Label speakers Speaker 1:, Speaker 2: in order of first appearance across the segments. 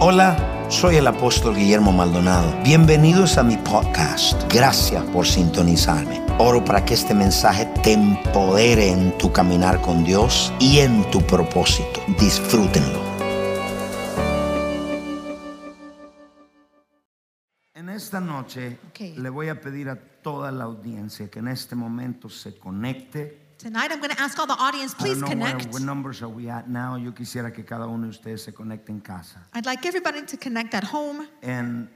Speaker 1: Hola, soy el apóstol Guillermo Maldonado. Bienvenidos a mi podcast. Gracias por sintonizarme. Oro para que este mensaje te empodere en tu caminar con Dios y en tu propósito. Disfrútenlo. En esta noche
Speaker 2: Okay.
Speaker 1: le voy a pedir a toda la audiencia que en este momento se conecte.
Speaker 2: Tonight, I'm going to ask all the audience,
Speaker 1: I don't
Speaker 2: please
Speaker 1: know
Speaker 2: connect.
Speaker 1: where- what numbers are we at now? Yo quisiera que cada uno de ustedes se conecte en casa.
Speaker 2: I'd like everybody to connect at home.
Speaker 1: And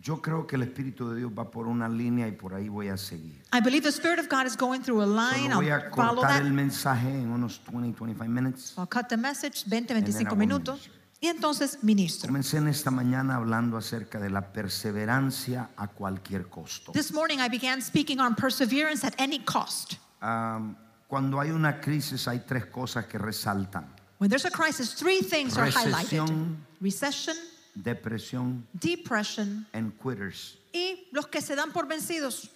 Speaker 1: yo creo que el Espíritu de Dios va por una línea y por ahí voy a seguir.
Speaker 2: I believe the Spirit of God is going through a line.
Speaker 1: Solo voy a
Speaker 2: I'll follow
Speaker 1: cortar
Speaker 2: that.
Speaker 1: el mensaje en unos 20, 25 minutes.
Speaker 2: I'll cut the message, 20,
Speaker 1: then
Speaker 2: 25
Speaker 1: I will
Speaker 2: minutos. Y entonces, ministro.
Speaker 1: Comencé en esta mañana hablando acerca de la perseverancia a cualquier costo.
Speaker 2: This morning, I began speaking on perseverance at any cost.
Speaker 1: Um, cuando hay una crisis hay tres cosas que resaltan.
Speaker 2: When there's a crisis, three things are highlighted.
Speaker 1: Recesión.
Speaker 2: Recession,
Speaker 1: Depresión
Speaker 2: depression,
Speaker 1: and quitters.
Speaker 2: y los que se dan por vencidos.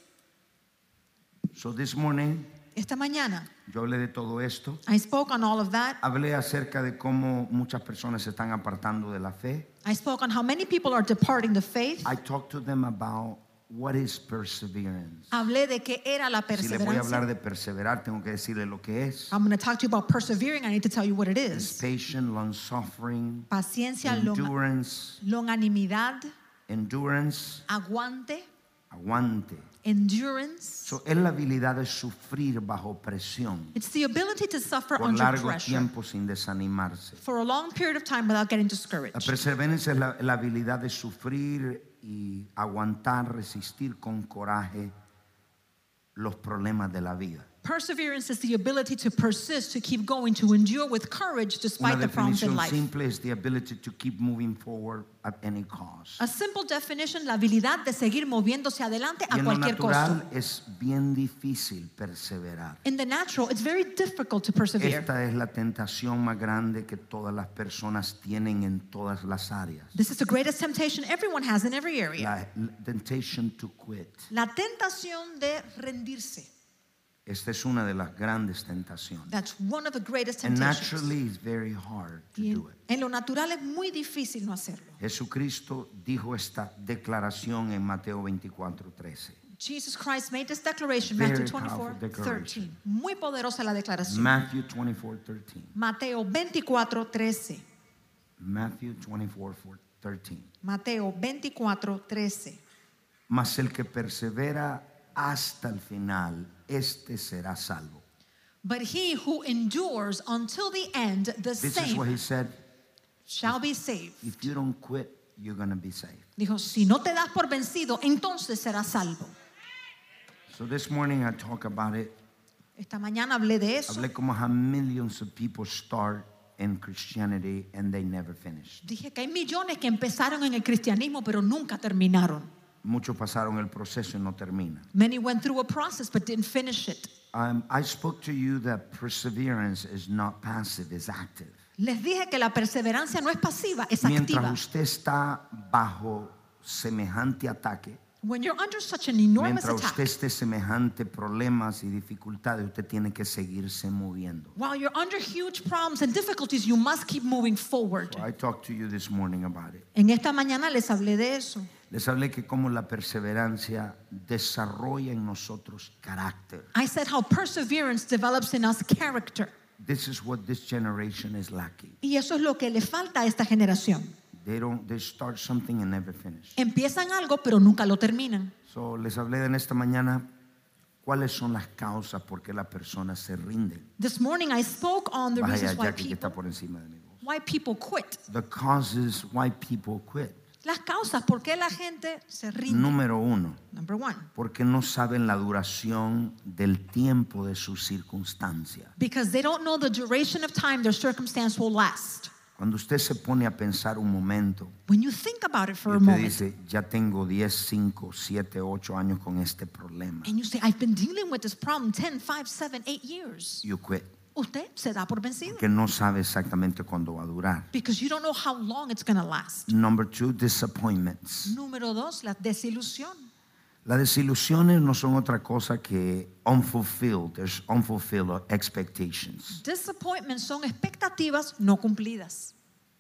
Speaker 1: So this morning
Speaker 2: Esta mañana,
Speaker 1: yo hablé de todo esto.
Speaker 2: I spoke on all of that.
Speaker 1: Hablé acerca de cómo muchas personas se están apartando de la fe.
Speaker 2: I spoke on how many people are departing the faith.
Speaker 1: I talked to them about what is perseverance.
Speaker 2: Hablé de qué era la
Speaker 1: Si les voy a
Speaker 2: perseverancia.
Speaker 1: hablar de perseverar, tengo que decirle lo que es.
Speaker 2: I'm going to talk to you about persevering. I need to tell you what it
Speaker 1: Es
Speaker 2: is.
Speaker 1: patient, long suffering,
Speaker 2: Paciencia, long-
Speaker 1: endurance,
Speaker 2: longanimidad,
Speaker 1: endurance,
Speaker 2: aguante,
Speaker 1: aguante.
Speaker 2: endurance.
Speaker 1: So, es la habilidad de sufrir bajo presión
Speaker 2: It's the ability to suffer
Speaker 1: por
Speaker 2: under
Speaker 1: largo
Speaker 2: pressure
Speaker 1: tiempo sin desanimarse.
Speaker 2: for a long period of time without getting
Speaker 1: La
Speaker 2: discouraged.
Speaker 1: perseverancia es la, la habilidad de sufrir y aguantar, resistir con coraje los problemas de la vida.
Speaker 2: Perseverance is the ability to persist, to keep going, to endure with courage
Speaker 1: Una
Speaker 2: despite the problems in
Speaker 1: definición
Speaker 2: life.
Speaker 1: simple es the ability to keep moving forward at any cost.
Speaker 2: A simple definition, la habilidad de seguir moviéndose adelante
Speaker 1: Y
Speaker 2: a
Speaker 1: en lo
Speaker 2: cualquier costo.
Speaker 1: natural es bien difícil perseverar.
Speaker 2: In the natural, it's very difficult to persevere.
Speaker 1: Esta es la tentación más grande que todas las personas tienen en todas las áreas.
Speaker 2: This is the greatest temptation everyone has in every area.
Speaker 1: La la temptation to quit.
Speaker 2: La tentación de rendirse.
Speaker 1: Esta es una de las grandes tentaciones.
Speaker 2: That's one of the greatest
Speaker 1: And
Speaker 2: temptations.
Speaker 1: naturally it's very hard to
Speaker 2: Y
Speaker 1: do
Speaker 2: en,
Speaker 1: it.
Speaker 2: en lo natural es muy difícil no hacerlo.
Speaker 1: Jesucristo dijo esta declaración en Mateo 24:13.
Speaker 2: Jesus Christ made this declaration,
Speaker 1: Very
Speaker 2: Matthew
Speaker 1: powerful
Speaker 2: 24,
Speaker 1: declaration.
Speaker 2: 13. Muy poderosa la declaración.
Speaker 1: Matthew 24:13.
Speaker 2: Mateo 24, 13.
Speaker 1: Matthew 24:13.
Speaker 2: Mateo 24, 13.
Speaker 1: Mas el que persevera hasta el final, este será salvo.
Speaker 2: But he who endures until the end, the
Speaker 1: This is what
Speaker 2: same
Speaker 1: he said.
Speaker 2: shall be saved.
Speaker 1: If you don't quit, you're going to be saved.
Speaker 2: Dijo, si no te das por vencido, entonces serás salvo.
Speaker 1: So this morning I talk about it.
Speaker 2: Esta mañana hablé de eso.
Speaker 1: Hablé como how millions of people start in Christianity and they never finish.
Speaker 2: Dije que hay millones que empezaron en el cristianismo, pero nunca terminaron.
Speaker 1: Muchos pasaron el proceso y no terminan.
Speaker 2: Many went through a process but didn't finish it.
Speaker 1: Um, I spoke to you that perseverance is not passive, it's active.
Speaker 2: Les dije que la perseverancia no es pasiva, es
Speaker 1: Mientras
Speaker 2: activa.
Speaker 1: usted está bajo semejante ataque,
Speaker 2: When you're under such an enormous
Speaker 1: Mientras usted
Speaker 2: attack,
Speaker 1: esté semejante problemas y dificultades, usted tiene que seguirse moviendo.
Speaker 2: while you're under huge problems and difficulties, you must keep moving forward.
Speaker 1: I talked to you this morning about it.
Speaker 2: En esta mañana les hablé de eso.
Speaker 1: Les hablé que cómo la perseverancia desarrolla en nosotros carácter.
Speaker 2: I said how perseverance develops in us character.
Speaker 1: This is what this generation is lacking.
Speaker 2: Y eso es lo que le falta a esta generación.
Speaker 1: They don't they start something and never finish.
Speaker 2: Empiezan algo, pero nunca lo terminan.
Speaker 1: So les hablé en esta mañana cuáles son las causas por qué las personas se rinden.
Speaker 2: This morning I spoke on the
Speaker 1: Vaya
Speaker 2: reasons why
Speaker 1: Jackie que
Speaker 2: people,
Speaker 1: está por encima de mi voz.
Speaker 2: why people quit.
Speaker 1: The causes why people quit.
Speaker 2: Las causas por qué la gente se rinde.
Speaker 1: Número uno.
Speaker 2: Number one,
Speaker 1: porque no saben la duración del tiempo de su circunstancia.
Speaker 2: because they don't know the duration of time their circumstance will last.
Speaker 1: Cuando usted se pone a pensar un momento
Speaker 2: When you think about it
Speaker 1: y
Speaker 2: for a
Speaker 1: usted
Speaker 2: moment
Speaker 1: dice, ya tengo 10, 5, 7, 8 años con este problema,
Speaker 2: and you say, I've been dealing with this problem 10, 5, 7, 8 years,
Speaker 1: you quit,
Speaker 2: usted se da por vencido.
Speaker 1: que no sabe exactamente cuándo va a durar.
Speaker 2: Because you don't know how long it's going to last.
Speaker 1: Number two, disappointments.
Speaker 2: Número dos, la desilusión.
Speaker 1: Las desilusiones no son otra cosa que unfulfilled, there's unfulfilled expectations.
Speaker 2: Disappointments son expectativas no cumplidas.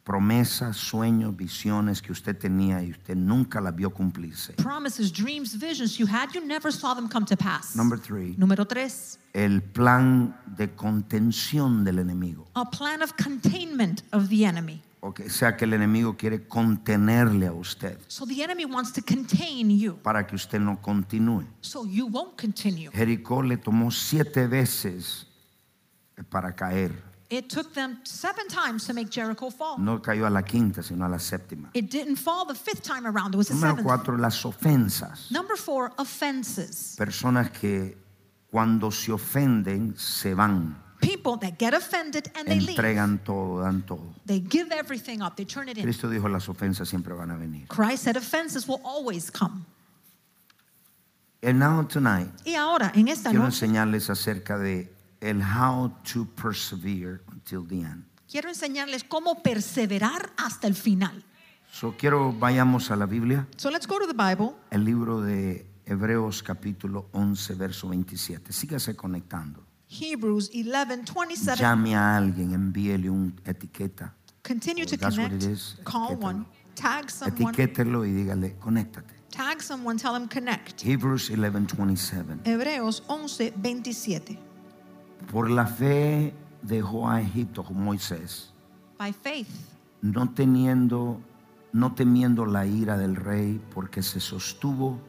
Speaker 1: promesas, sueños, visiones que usted tenía y usted nunca las vio cumplirse.
Speaker 2: Promises, dreams, visions you had, you never saw them come to pass.
Speaker 1: Number three,
Speaker 2: Número tres,
Speaker 1: el plan de contención del enemigo.
Speaker 2: a plan of containment of the enemy.
Speaker 1: O que sea que el enemigo quiere contenerle a usted
Speaker 2: So the enemy wants to contain you,
Speaker 1: para que usted no continúe.
Speaker 2: so you won't continue.
Speaker 1: Jericó le tomó siete veces para caer.
Speaker 2: It took them seven times to make Jericho fall.
Speaker 1: No cayó a la quinta, sino a la séptima.
Speaker 2: It didn't fall the fifth time around, it was the
Speaker 1: Número
Speaker 2: seventh.
Speaker 1: cuatro, las ofensas.
Speaker 2: Number four, offenses.
Speaker 1: Personas que cuando se ofenden se van,
Speaker 2: People that get offended and they leave.
Speaker 1: entregan todo, dan todo.
Speaker 2: They give everything up, they turn it in.
Speaker 1: Cristo dijo las ofensas siempre van a venir.
Speaker 2: Christ said offenses will always come.
Speaker 1: And now tonight
Speaker 2: Y ahora, en esta
Speaker 1: quiero
Speaker 2: noche,
Speaker 1: enseñarles acerca de el how to persevere until the end.
Speaker 2: quiero enseñarles cómo perseverar hasta el final.
Speaker 1: So quiero vayamos a la Biblia,
Speaker 2: So let's go to the Bible,
Speaker 1: el libro de Hebreos capítulo 11 verso 27. Sígase conectando.
Speaker 2: Hebrews 11, 27.
Speaker 1: Llame a alguien, envíele una etiqueta,
Speaker 2: Continue to
Speaker 1: That's what
Speaker 2: connect.
Speaker 1: it is.
Speaker 2: Call
Speaker 1: Etiquétalo.
Speaker 2: one. Tag someone.
Speaker 1: etiquételo y dígale, conéctate.
Speaker 2: Tag someone. Tell them connect.
Speaker 1: Hebrews 11:27.
Speaker 2: Hebreos 11, 27.
Speaker 1: Por la fe dejó a Egipto con Moisés,
Speaker 2: By faith,
Speaker 1: no teniendo, no temiendo la ira del rey, porque se sostuvo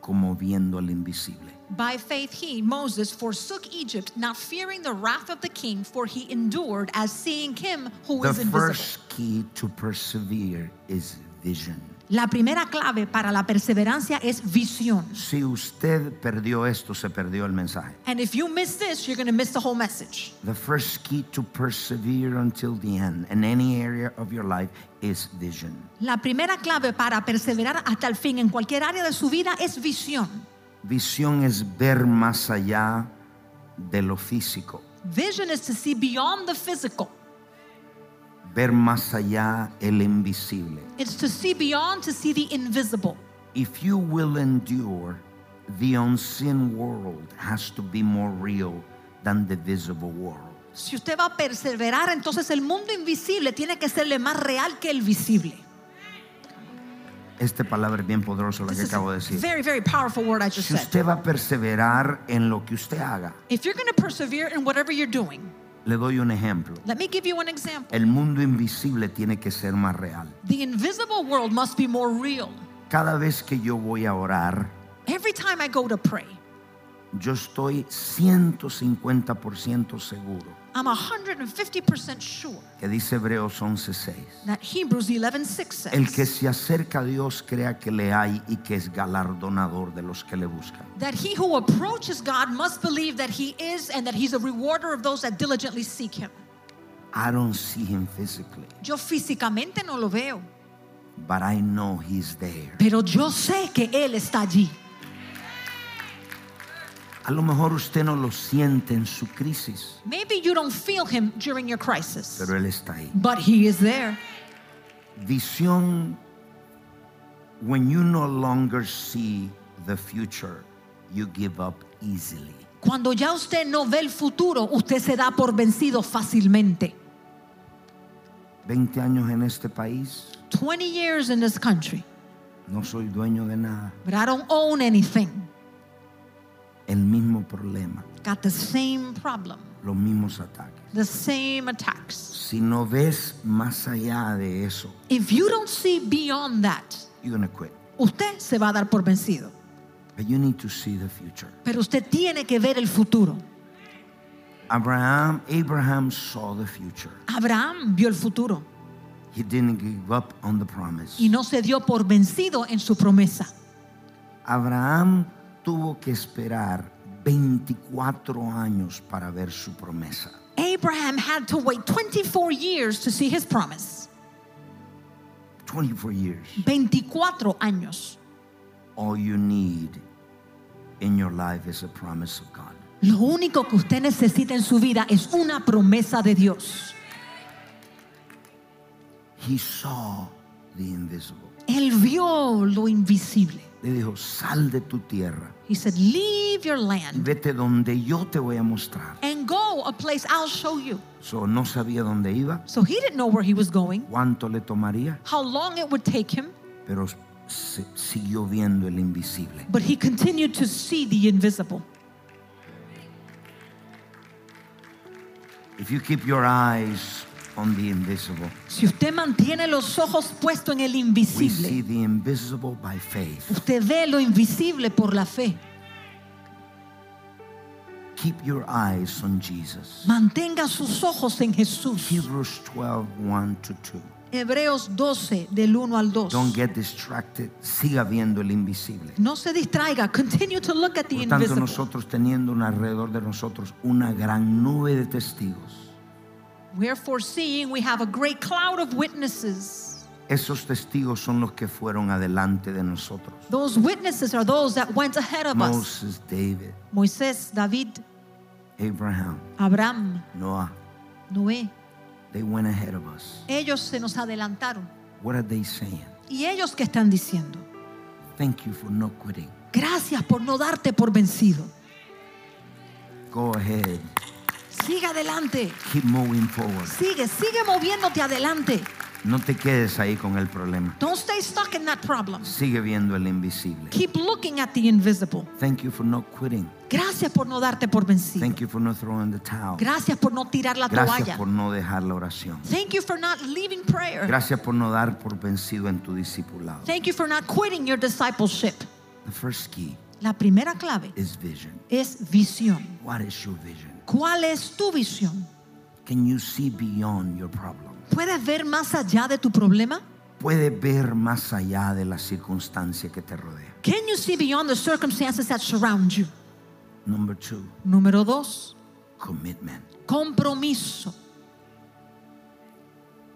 Speaker 1: como viendo el invisible.
Speaker 2: by faith he, Moses, forsook Egypt, not fearing the wrath of the king, for he endured as seeing him who
Speaker 1: The
Speaker 2: is invisible.
Speaker 1: first key to persevere is vision.
Speaker 2: La primera clave para la perseverancia es visión.
Speaker 1: Si usted perdió esto, se perdió el mensaje.
Speaker 2: And if you miss this, you're going to miss the whole message.
Speaker 1: The first key to persevere until the end in any area of your life is vision.
Speaker 2: La primera clave para perseverar hasta el fin en cualquier área de su vida es visión.
Speaker 1: Visión es ver más allá de lo físico,
Speaker 2: Vision is to see beyond the physical.
Speaker 1: ver más allá el invisible.
Speaker 2: It's to see beyond, to see the invisible.
Speaker 1: If you will endure, the unseen world has to be more real than the visible world.
Speaker 2: Si usted va a perseverar, entonces el mundo invisible tiene que serle más real que el visible.
Speaker 1: Esta palabra es bien poderosa la que
Speaker 2: This is
Speaker 1: acabo
Speaker 2: a
Speaker 1: de decir.
Speaker 2: very, very powerful word I just
Speaker 1: Si
Speaker 2: said.
Speaker 1: usted va a perseverar en lo que usted haga,
Speaker 2: If you're going to persevere in whatever you're doing,
Speaker 1: le doy un ejemplo.
Speaker 2: let me give you an example.
Speaker 1: El mundo invisible tiene que ser más real.
Speaker 2: The invisible world must be more real.
Speaker 1: Cada vez que yo voy a orar,
Speaker 2: Every time I go to pray,
Speaker 1: yo estoy 150% seguro
Speaker 2: I'm 150% sure
Speaker 1: que dice Hebreos 11:6.
Speaker 2: that Hebrews 11:6 says
Speaker 1: El que se acerca a Dios crea que le hay y que es galardonador de los que le buscan.
Speaker 2: that he who approaches God must believe that he is and that he's a rewarder of those that diligently seek him.
Speaker 1: I don't see him physically,
Speaker 2: Yo físicamente no lo veo,
Speaker 1: but I know he's there.
Speaker 2: pero yo sé que él está allí.
Speaker 1: A lo mejor usted no lo siente en su crisis,
Speaker 2: Maybe you don't feel him during your crisis,
Speaker 1: pero él está ahí.
Speaker 2: but he is there.
Speaker 1: Visión when you no longer see the future, you give up easily.
Speaker 2: Cuando ya usted no ve el futuro, usted se da por vencido fácilmente.
Speaker 1: 20 años en este país,
Speaker 2: 20 years in this country,
Speaker 1: no soy dueño de nada.
Speaker 2: but I don't own anything.
Speaker 1: El mismo problema,
Speaker 2: Got the same problem,
Speaker 1: los mismos ataques.
Speaker 2: the same attacks.
Speaker 1: Si no ves más allá de eso,
Speaker 2: If you don't see beyond that,
Speaker 1: you're gonna quit.
Speaker 2: usted se va a dar por vencido.
Speaker 1: But you need to see the future.
Speaker 2: Pero usted tiene que ver el futuro.
Speaker 1: Abraham, Abraham saw the future.
Speaker 2: Abraham vio el futuro
Speaker 1: He didn't give up on the promise.
Speaker 2: y no se dio por vencido en su promesa.
Speaker 1: Abraham tuvo que esperar 24 años para ver su promesa.
Speaker 2: Abraham had to wait 24 years to see his promise.
Speaker 1: 24 years.
Speaker 2: 24 años.
Speaker 1: All you need in your life is a promise of God.
Speaker 2: Lo único que usted necesita en su vida es una promesa de Dios.
Speaker 1: He saw the invisible.
Speaker 2: Él vio lo invisible.
Speaker 1: Le dijo, sal de tu tierra
Speaker 2: He said, "Leave your
Speaker 1: y
Speaker 2: land
Speaker 1: vete donde yo te voy a mostrar.
Speaker 2: and go know a place, I'll show you.
Speaker 1: So, no sabía dónde iba,
Speaker 2: So he didn't know where he was going,
Speaker 1: cuánto le tomaría,
Speaker 2: how long it would take him,
Speaker 1: pero se- siguió viendo el invisible.
Speaker 2: but he continued to see the invisible.
Speaker 1: If you keep your eyes on the invisible,
Speaker 2: Si usted mantiene los ojos puestos en el
Speaker 1: we see
Speaker 2: invisible,
Speaker 1: the invisible by faith.
Speaker 2: usted ve lo invisible por la fe.
Speaker 1: Keep your eyes on Jesus.
Speaker 2: Mantenga sus ojos en Jesús.
Speaker 1: Hebrews 12, 1 to 2.
Speaker 2: Hebreos 12 del 1 al 2.
Speaker 1: Don't get distracted. Siga viendo el invisible.
Speaker 2: No se distraiga. Continue to look at the
Speaker 1: Por tanto,
Speaker 2: invisible.
Speaker 1: nosotros teniendo un alrededor de nosotros una gran nube de testigos,
Speaker 2: Wherefore, seeing we have a great cloud of witnesses.
Speaker 1: esos testigos son los que fueron adelante de nosotros.
Speaker 2: Those witnesses are those that went ahead of us.
Speaker 1: Moses, David,
Speaker 2: Moisés, David,
Speaker 1: Abraham,
Speaker 2: Abraham,
Speaker 1: Noah,
Speaker 2: Noé.
Speaker 1: they went ahead of us.
Speaker 2: Ellos se nos adelantaron.
Speaker 1: What are they saying?
Speaker 2: ¿Y ellos qué están diciendo?
Speaker 1: Thank you for not quitting.
Speaker 2: Gracias por no darte por vencido.
Speaker 1: Go ahead.
Speaker 2: Sigue adelante.
Speaker 1: Keep moving forward.
Speaker 2: Sigue, sigue moviéndote adelante.
Speaker 1: No te quedes ahí con el problema.
Speaker 2: Don't stay stuck in that problem.
Speaker 1: Sigue viendo el invisible.
Speaker 2: Keep looking at the invisible.
Speaker 1: Thank you for not quitting.
Speaker 2: Gracias por no darte por vencido.
Speaker 1: Thank you for not throwing the towel.
Speaker 2: Gracias por no tirar la
Speaker 1: Gracias
Speaker 2: toalla.
Speaker 1: por no dejar la oración.
Speaker 2: Thank you for not leaving prayer.
Speaker 1: Gracias por no dar por vencido en tu discipulado.
Speaker 2: Thank you for not quitting your discipleship.
Speaker 1: The first key
Speaker 2: La primera clave
Speaker 1: is vision.
Speaker 2: es visión.
Speaker 1: What is your vision?
Speaker 2: ¿Cuál es tu visión?
Speaker 1: Can you see beyond your problem?
Speaker 2: ¿Puedes ver más allá de tu problema?
Speaker 1: Puedes ver más allá de las circunstancias que te rodean.
Speaker 2: Can you see beyond the circumstances that surround you?
Speaker 1: Number two,
Speaker 2: Número dos,
Speaker 1: commitment.
Speaker 2: compromiso.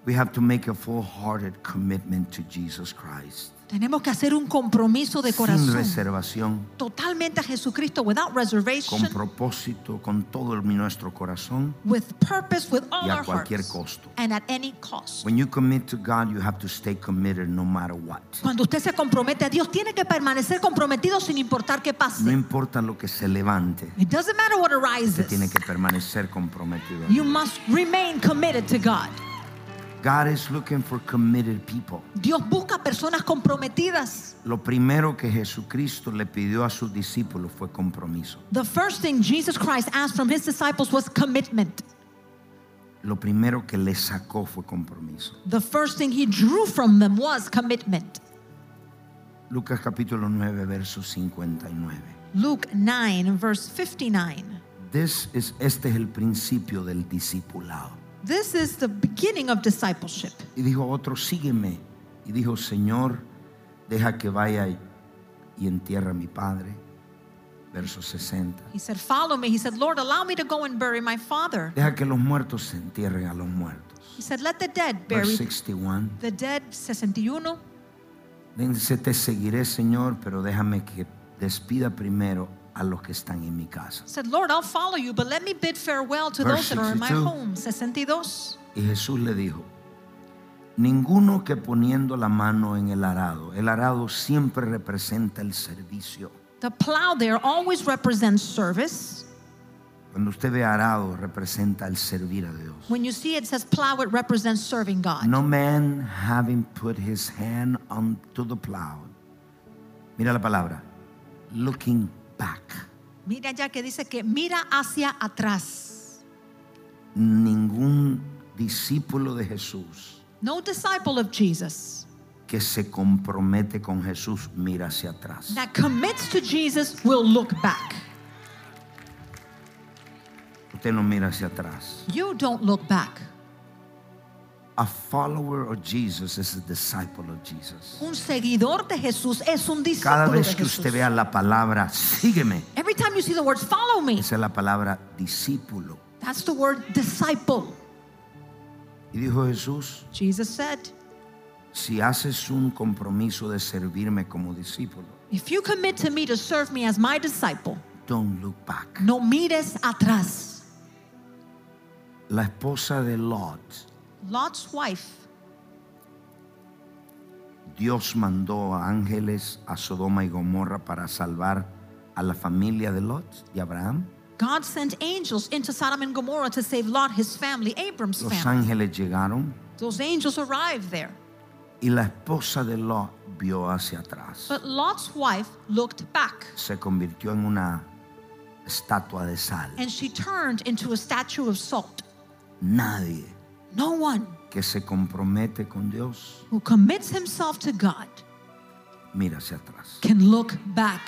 Speaker 1: We have to make a full-hearted commitment to Jesus Christ.
Speaker 2: Tenemos que hacer un compromiso de
Speaker 1: Sin
Speaker 2: corazón
Speaker 1: reservación,
Speaker 2: totalmente a Jesucristo, without reservation,
Speaker 1: con propósito, con todo el- nuestro corazón.
Speaker 2: with purpose, with all
Speaker 1: Y a
Speaker 2: our
Speaker 1: cualquier
Speaker 2: hearts,
Speaker 1: costo.
Speaker 2: and at any cost.
Speaker 1: When you commit to God, you have to stay committed no matter what.
Speaker 2: Cuando usted se compromete a Dios, tiene que permanecer comprometido sin importar qué
Speaker 1: No
Speaker 2: pase.
Speaker 1: importa lo que se levante,
Speaker 2: It doesn't matter what
Speaker 1: usted tiene
Speaker 2: arises.
Speaker 1: que permanecer comprometido.
Speaker 2: You must remain committed to God.
Speaker 1: God is looking for committed people.
Speaker 2: Dios busca personas comprometidas.
Speaker 1: Lo primero que Jesucristo le pidió a sus discípulos fue compromiso.
Speaker 2: The first thing Jesus Christ asked from his disciples was commitment.
Speaker 1: Lo primero que le sacó fue compromiso.
Speaker 2: The first thing he drew from them was commitment.
Speaker 1: Lucas capítulo 9, verso 59.
Speaker 2: Luke 9, verse 59.
Speaker 1: This is- este es el principio del discipulado.
Speaker 2: This is the beginning of discipleship.
Speaker 1: Y dijo otro, sígueme. Y dijo, Señor, deja que vaya y entierra a mi padre. Verso 60.
Speaker 2: He said, Follow me. He said, Lord, allow me to go and bury my father.
Speaker 1: Deja que los muertos se entierren a los muertos.
Speaker 2: He said, Let the dead
Speaker 1: Verse
Speaker 2: bury
Speaker 1: 61.
Speaker 2: the dead. 61.
Speaker 1: Dice, te seguiré, Señor, pero déjame que despida primero a los que están en mi casa.
Speaker 2: said, Lord, I'll follow you, but let me bid farewell to
Speaker 1: Verse
Speaker 2: those that are in my
Speaker 1: 62.
Speaker 2: home. 62.
Speaker 1: Y Jesús le dijo, ninguno que poniendo la mano en el arado, el arado siempre representa el servicio.
Speaker 2: The plow there always represents service.
Speaker 1: Cuando usted ve arado, representa el servir a Dios.
Speaker 2: When you see it says plow, it represents serving God.
Speaker 1: No man having put his hand onto the plow. Mira la palabra. Looking back.
Speaker 2: Mira ya que dice que mira hacia atrás.
Speaker 1: Ningún discípulo de Jesús
Speaker 2: No disciple of Jesus
Speaker 1: que se compromete con Jesús mira hacia atrás.
Speaker 2: that commits to Jesus will look back.
Speaker 1: Usted no mira hacia atrás.
Speaker 2: You don't look back.
Speaker 1: A follower of Jesus is a disciple of Jesus.
Speaker 2: Un seguidor de Jesús es un
Speaker 1: Cada
Speaker 2: discípulo
Speaker 1: vez
Speaker 2: de
Speaker 1: que usted
Speaker 2: Jesús.
Speaker 1: vea la palabra sígueme,
Speaker 2: Every time you see the words follow me,
Speaker 1: esa es la palabra discípulo.
Speaker 2: that's the word disciple.
Speaker 1: Y dijo Jesús,
Speaker 2: Jesus said,
Speaker 1: si haces un compromiso de servirme como discípulo,
Speaker 2: If you commit to me to serve me as my disciple,
Speaker 1: Don't look back.
Speaker 2: no mires atrás.
Speaker 1: La esposa de Lot,
Speaker 2: Lot's wife,
Speaker 1: Dios mandó a ángeles a Sodoma y Gomorra para salvar a la familia de Lot y Abraham.
Speaker 2: God sent angels into Sodom and Gomorrah to save Lot, his family, Abram's
Speaker 1: Los
Speaker 2: family.
Speaker 1: ángeles llegaron
Speaker 2: Those angels arrived there.
Speaker 1: y la esposa de Lot vio hacia atrás.
Speaker 2: But Lot's wife looked back
Speaker 1: Se convirtió en una estatua de sal.
Speaker 2: and she turned into a statue of salt.
Speaker 1: Nadie
Speaker 2: No one
Speaker 1: que se compromete con Dios
Speaker 2: who commits himself to God
Speaker 1: mira hacia atrás.
Speaker 2: can look back.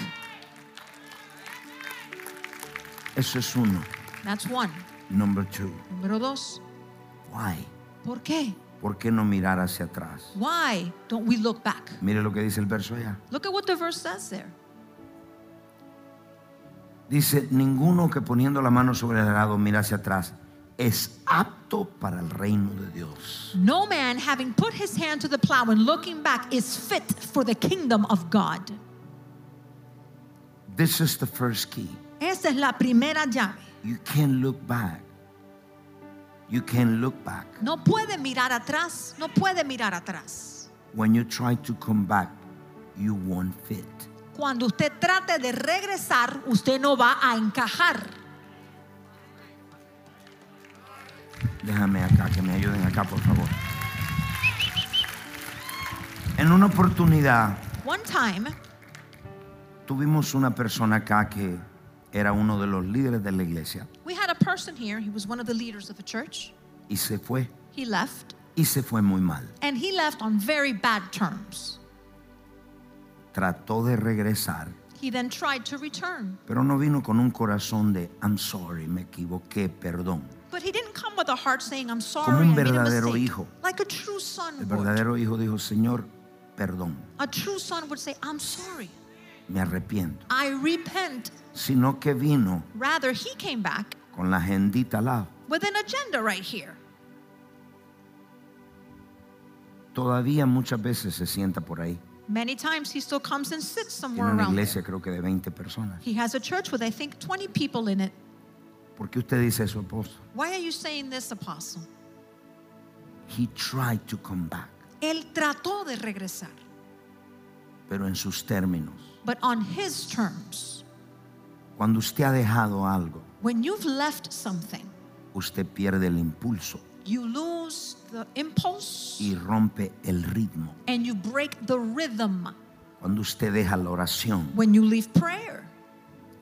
Speaker 1: Eso es uno.
Speaker 2: That's one.
Speaker 1: Number two.
Speaker 2: Número dos.
Speaker 1: Why?
Speaker 2: ¿Por qué?
Speaker 1: ¿Por qué no mirar hacia atrás?
Speaker 2: Why don't we look back?
Speaker 1: Mire lo que dice el verso allá.
Speaker 2: Look at what the verse says there.
Speaker 1: Dice, ninguno que poniendo la mano sobre el arado mira hacia atrás es apto para el reino de Dios.
Speaker 2: No man having put his hand to the plow and looking back is fit for the kingdom of God.
Speaker 1: This is the first key.
Speaker 2: Esa es la primera llave.
Speaker 1: You can't look back. You can't look back.
Speaker 2: No puede mirar atrás, no puede mirar atrás.
Speaker 1: When you try to come back, you won't fit.
Speaker 2: Cuando usted trate de regresar, usted no va a encajar.
Speaker 1: Déjame acá, que me ayuden acá, por favor. En una oportunidad
Speaker 2: One time,
Speaker 1: tuvimos una persona acá que era uno de los líderes de la iglesia
Speaker 2: we had a person here, he was one of the leaders of a church.
Speaker 1: y se fue.
Speaker 2: He left,
Speaker 1: Y se fue muy mal.
Speaker 2: and he left on very bad terms.
Speaker 1: Trató de regresar
Speaker 2: He then tried to return,
Speaker 1: Pero no vino con un corazón de I'm sorry, me equivoqué, perdón.
Speaker 2: but he didn't come with a heart saying, I'm sorry,
Speaker 1: Como un
Speaker 2: I made a
Speaker 1: verdadero
Speaker 2: mistake.
Speaker 1: hijo.
Speaker 2: Like a true son
Speaker 1: El
Speaker 2: would.
Speaker 1: verdadero hijo dijo, Señor, perdón,
Speaker 2: A true son would say, I'm sorry,
Speaker 1: me arrepiento.
Speaker 2: I repent.
Speaker 1: Sino que vino
Speaker 2: Rather, he came back
Speaker 1: con la agendita al lado.
Speaker 2: with an agenda right here.
Speaker 1: Todavía muchas veces se sienta por ahí.
Speaker 2: Many times he still comes and sits somewhere
Speaker 1: Tiene una
Speaker 2: around.
Speaker 1: iglesia creo que de 20 personas.
Speaker 2: He has a church with, I think, 20 people in it.
Speaker 1: ¿Por qué usted dice eso, apóstol?
Speaker 2: Why are you saying this, Apostle?
Speaker 1: He tried to come back,
Speaker 2: Él trató de regresar,
Speaker 1: pero en sus términos.
Speaker 2: but on his terms.
Speaker 1: Cuando usted ha dejado algo,
Speaker 2: When you've left something,
Speaker 1: usted pierde el impulso
Speaker 2: you lose the impulse
Speaker 1: y rompe el ritmo.
Speaker 2: and you break the rhythm.
Speaker 1: Cuando usted deja la oración,
Speaker 2: When you leave prayer,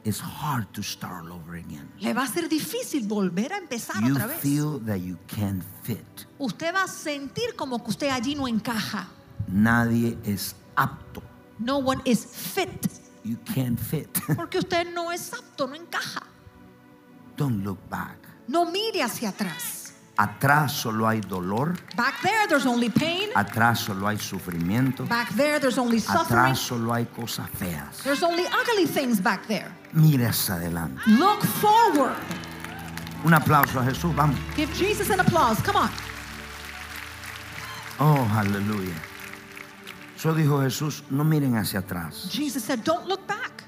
Speaker 1: it's hard to start all over again.
Speaker 2: le va a ser difícil volver a empezar
Speaker 1: you
Speaker 2: otra vez.
Speaker 1: feel that you can't fit.
Speaker 2: Usted va a sentir como que usted allí no encaja.
Speaker 1: Nadie es apto.
Speaker 2: No one is fit
Speaker 1: You can't fit.
Speaker 2: porque usted no es apto, no encaja.
Speaker 1: Don't look back.
Speaker 2: No mire hacia atrás.
Speaker 1: Atrás solo hay dolor,
Speaker 2: Back there, there's only pain.
Speaker 1: atrás solo hay sufrimiento,
Speaker 2: Back there, there's only suffering.
Speaker 1: atrás solo hay cosas feas.
Speaker 2: There's only ugly things back there.
Speaker 1: Mira hacia adelante.
Speaker 2: Look forward.
Speaker 1: Un aplauso a Jesús, vamos.
Speaker 2: Give Jesus an applause. Come on.
Speaker 1: Oh, aleluya. Eso dijo Jesús, no miren hacia atrás,
Speaker 2: Jesus said, Don't look back.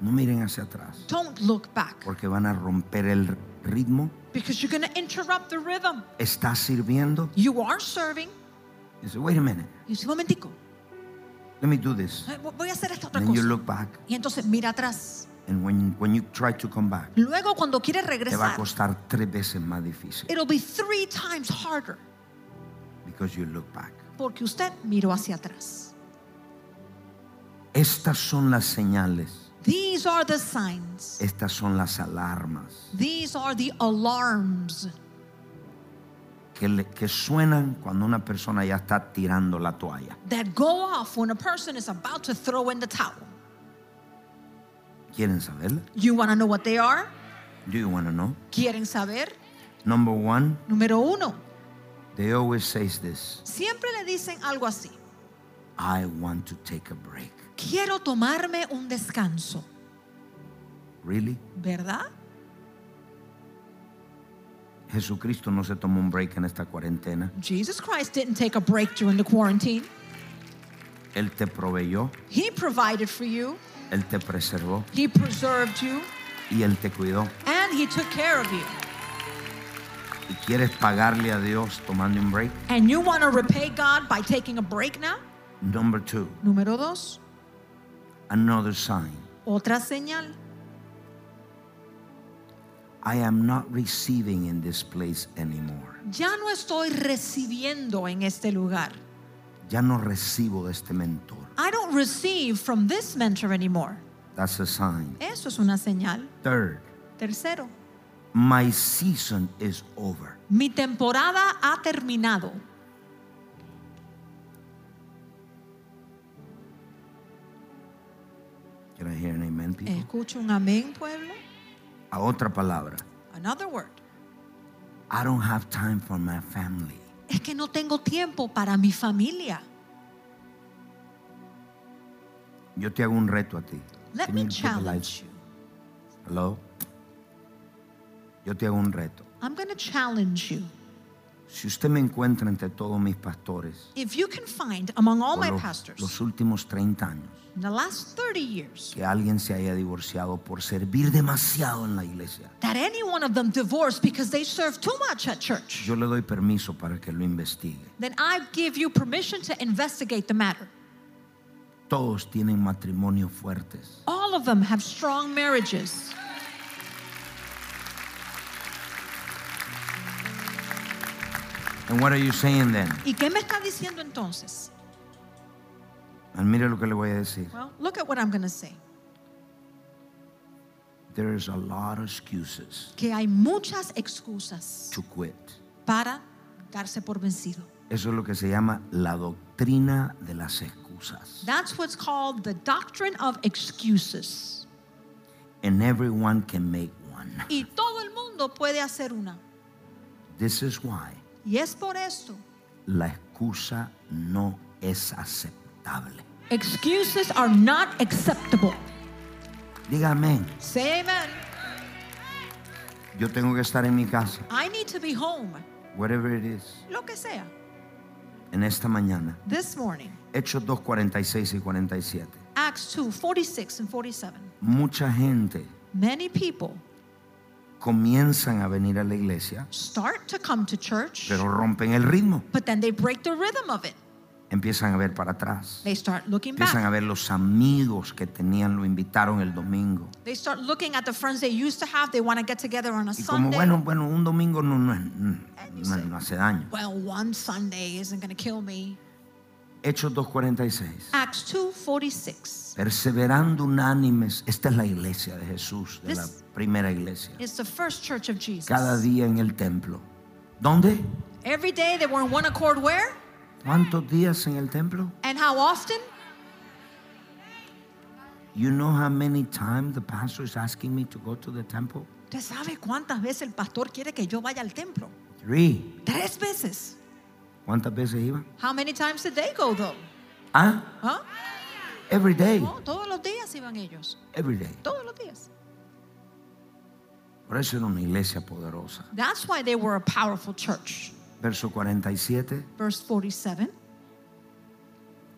Speaker 1: no miren hacia atrás,
Speaker 2: Don't look back
Speaker 1: porque van a romper el ritmo.
Speaker 2: because you're going to interrupt the rhythm.
Speaker 1: Estás sirviendo.
Speaker 2: You are serving.
Speaker 1: Dice, wait a minute,
Speaker 2: Y dice, momentico,
Speaker 1: let me do this.
Speaker 2: eh, voy a hacer esta otra
Speaker 1: Then you
Speaker 2: cosa.
Speaker 1: look back.
Speaker 2: Y entonces mira atrás.
Speaker 1: And when, when you try to come back,
Speaker 2: Luego, cuando quiere
Speaker 1: te va a
Speaker 2: regresar,
Speaker 1: costar tres veces más difícil.
Speaker 2: it'll be three times harder
Speaker 1: Because you look back.
Speaker 2: porque usted miró hacia atrás.
Speaker 1: Estas son las señales.
Speaker 2: These are the signs.
Speaker 1: Estas son las alarmas
Speaker 2: These are the alarms
Speaker 1: que, le- que suenan cuando una persona ya está tirando la toalla.
Speaker 2: that go off when a person is about to throw in the towel.
Speaker 1: ¿Quieren saberla?
Speaker 2: You want to know what they are?
Speaker 1: Do you want to know?
Speaker 2: ¿Quieren saber?
Speaker 1: Number one,
Speaker 2: Número uno,
Speaker 1: they always say this.
Speaker 2: siempre le dicen algo así.
Speaker 1: I want to take a break.
Speaker 2: Quiero tomarme un descanso,
Speaker 1: Really?
Speaker 2: ¿verdad?
Speaker 1: Jesucristo no se tomó un break en esta cuarentena.
Speaker 2: Jesus Christ didn't take a break during the quarantine.
Speaker 1: Él te proveyó,
Speaker 2: He provided for you,
Speaker 1: Él te preservó
Speaker 2: He preserved you,
Speaker 1: y Él te cuidó.
Speaker 2: and He took care of you.
Speaker 1: ¿Y quieres pagarle a Dios tomando un break?
Speaker 2: And you want to repay God by taking a break now?
Speaker 1: Number two,
Speaker 2: Número dos,
Speaker 1: another sign.
Speaker 2: otra señal.
Speaker 1: I am not receiving in this place anymore.
Speaker 2: Ya no estoy recibiendo en este lugar.
Speaker 1: Ya no recibo de este mentor.
Speaker 2: I don't receive from this mentor anymore.
Speaker 1: That's a sign.
Speaker 2: Eso es una señal.
Speaker 1: Third,
Speaker 2: Tercero,
Speaker 1: my season is over.
Speaker 2: mi temporada ha terminado.
Speaker 1: Can I hear an amen, people?
Speaker 2: Escucho un amén, pueblo.
Speaker 1: A otra palabra.
Speaker 2: Another word.
Speaker 1: I don't have time for my family.
Speaker 2: Es que no tengo tiempo para mi familia.
Speaker 1: Yo te hago un reto a ti.
Speaker 2: Let
Speaker 1: Can
Speaker 2: me
Speaker 1: you put the lights-
Speaker 2: challenge you.
Speaker 1: Hello? Yo te hago un reto.
Speaker 2: I'm going to challenge you.
Speaker 1: Si usted me encuentra entre todos mis pastores
Speaker 2: If you can find among all
Speaker 1: por
Speaker 2: my
Speaker 1: los,
Speaker 2: pastors
Speaker 1: los últimos 30 años
Speaker 2: in the last 30 years
Speaker 1: que alguien se haya divorciado por servir demasiado en la iglesia,
Speaker 2: that any one of them divorced because they served too much at church,
Speaker 1: yo le doy permiso para que lo investigue.
Speaker 2: then I give you permission to investigate the matter.
Speaker 1: Todos tienen matrimonios fuertes.
Speaker 2: All of them have strong marriages.
Speaker 1: And what are you saying then?
Speaker 2: ¿Y qué me está diciendo entonces?
Speaker 1: And mire lo que le voy a decir.
Speaker 2: Well, look at what I'm going to say.
Speaker 1: There's a lot of excuses
Speaker 2: Que hay muchas excusas
Speaker 1: to quit.
Speaker 2: para darse por vencido.
Speaker 1: Eso es lo que se llama la doctrina de las excusas.
Speaker 2: That's what's called the doctrine of excuses.
Speaker 1: And everyone can make one.
Speaker 2: Y todo el mundo puede hacer una.
Speaker 1: This is why
Speaker 2: Y es por esto.
Speaker 1: la excusa no es aceptable.
Speaker 2: Excuses are not acceptable.
Speaker 1: Dígame,
Speaker 2: Say amen.
Speaker 1: yo tengo que estar en mi casa,
Speaker 2: I need to be home.
Speaker 1: whatever it is,
Speaker 2: Lo que sea.
Speaker 1: en esta mañana.
Speaker 2: This morning,
Speaker 1: Hechos 2, 46 y 47.
Speaker 2: Acts 2 46 and 47.
Speaker 1: Mucha gente
Speaker 2: Many people
Speaker 1: comienzan a venir a la iglesia,
Speaker 2: start to come to church,
Speaker 1: pero rompen el ritmo.
Speaker 2: but then they break the rhythm of it.
Speaker 1: Empiezan a ver para atrás.
Speaker 2: They start looking
Speaker 1: Empiezan a
Speaker 2: back.
Speaker 1: ver los amigos que tenían, lo invitaron el domingo.
Speaker 2: They start looking at the friends they used to have. They want to get together on a
Speaker 1: Y como,
Speaker 2: Sunday.
Speaker 1: bueno, bueno, un domingo no, no, es- no- no hace daño.
Speaker 2: well, one Sunday isn't going to kill me.
Speaker 1: Hechos 2.46.
Speaker 2: Acts 2 46.
Speaker 1: Perseverando unánimes. Esta es la iglesia de Jesús, de la
Speaker 2: This-
Speaker 1: primera iglesia.
Speaker 2: It's the first church of Jesus.
Speaker 1: Cada día en el templo. ¿Dónde?
Speaker 2: Every day they were in one accord where?
Speaker 1: ¿Cuántos días en el templo?
Speaker 2: And how often?
Speaker 1: You know how many times the pastor is asking me to go to the temple?
Speaker 2: ¿Usted sabe cuántas veces el pastor quiere que yo vaya al templo?
Speaker 1: Three.
Speaker 2: Tres veces.
Speaker 1: ¿Cuántas veces iba?
Speaker 2: How many times did they go though?
Speaker 1: Ah,
Speaker 2: Huh?
Speaker 1: every day,
Speaker 2: No, todos los días iban ellos.
Speaker 1: every day.
Speaker 2: Todos los días.
Speaker 1: Por eso era una iglesia poderosa.
Speaker 2: That's why they were a powerful church.
Speaker 1: Verso 47.
Speaker 2: Verse 47.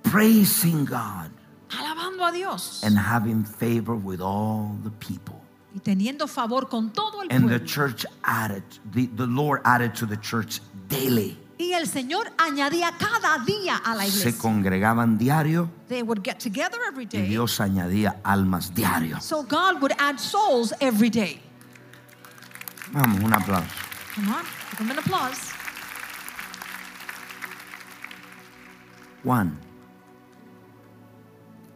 Speaker 1: Praising God
Speaker 2: Alabando a Dios.
Speaker 1: and having favor with all the people.
Speaker 2: y teniendo favor con todo el
Speaker 1: And the
Speaker 2: pueblo.
Speaker 1: church added, the, the Lord added to the church daily.
Speaker 2: Y el Señor añadía cada día a la
Speaker 1: Se
Speaker 2: iglesia.
Speaker 1: congregaban diario
Speaker 2: They would get together every
Speaker 1: y
Speaker 2: day.
Speaker 1: Dios añadía almas diario.
Speaker 2: So God would add souls every day.
Speaker 1: Vamos, un aplauso.
Speaker 2: Come on, give them an applause.
Speaker 1: Juan,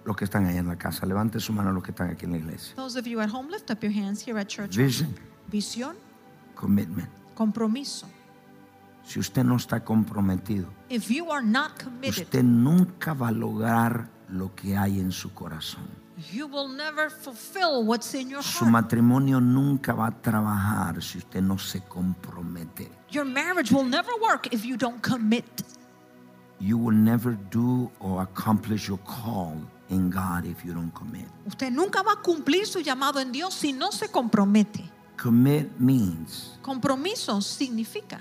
Speaker 1: los que están allá en la casa, levante su mano los que están aquí en la iglesia.
Speaker 2: Those of you at home, lift up your hands here at church.
Speaker 1: Vision,
Speaker 2: Visión,
Speaker 1: commitment.
Speaker 2: compromiso.
Speaker 1: Si usted no está comprometido,
Speaker 2: If you are not committed,
Speaker 1: usted nunca va a lograr lo que hay en su corazón.
Speaker 2: you will never fulfill what's in your
Speaker 1: Su
Speaker 2: heart.
Speaker 1: matrimonio nunca va a trabajar si usted no se compromete.
Speaker 2: Your marriage will never work if you don't commit.
Speaker 1: You will never do or accomplish your call in God if you don't commit.
Speaker 2: Usted nunca va a cumplir su llamado en Dios si no se compromete.
Speaker 1: Commit means
Speaker 2: Compromiso significa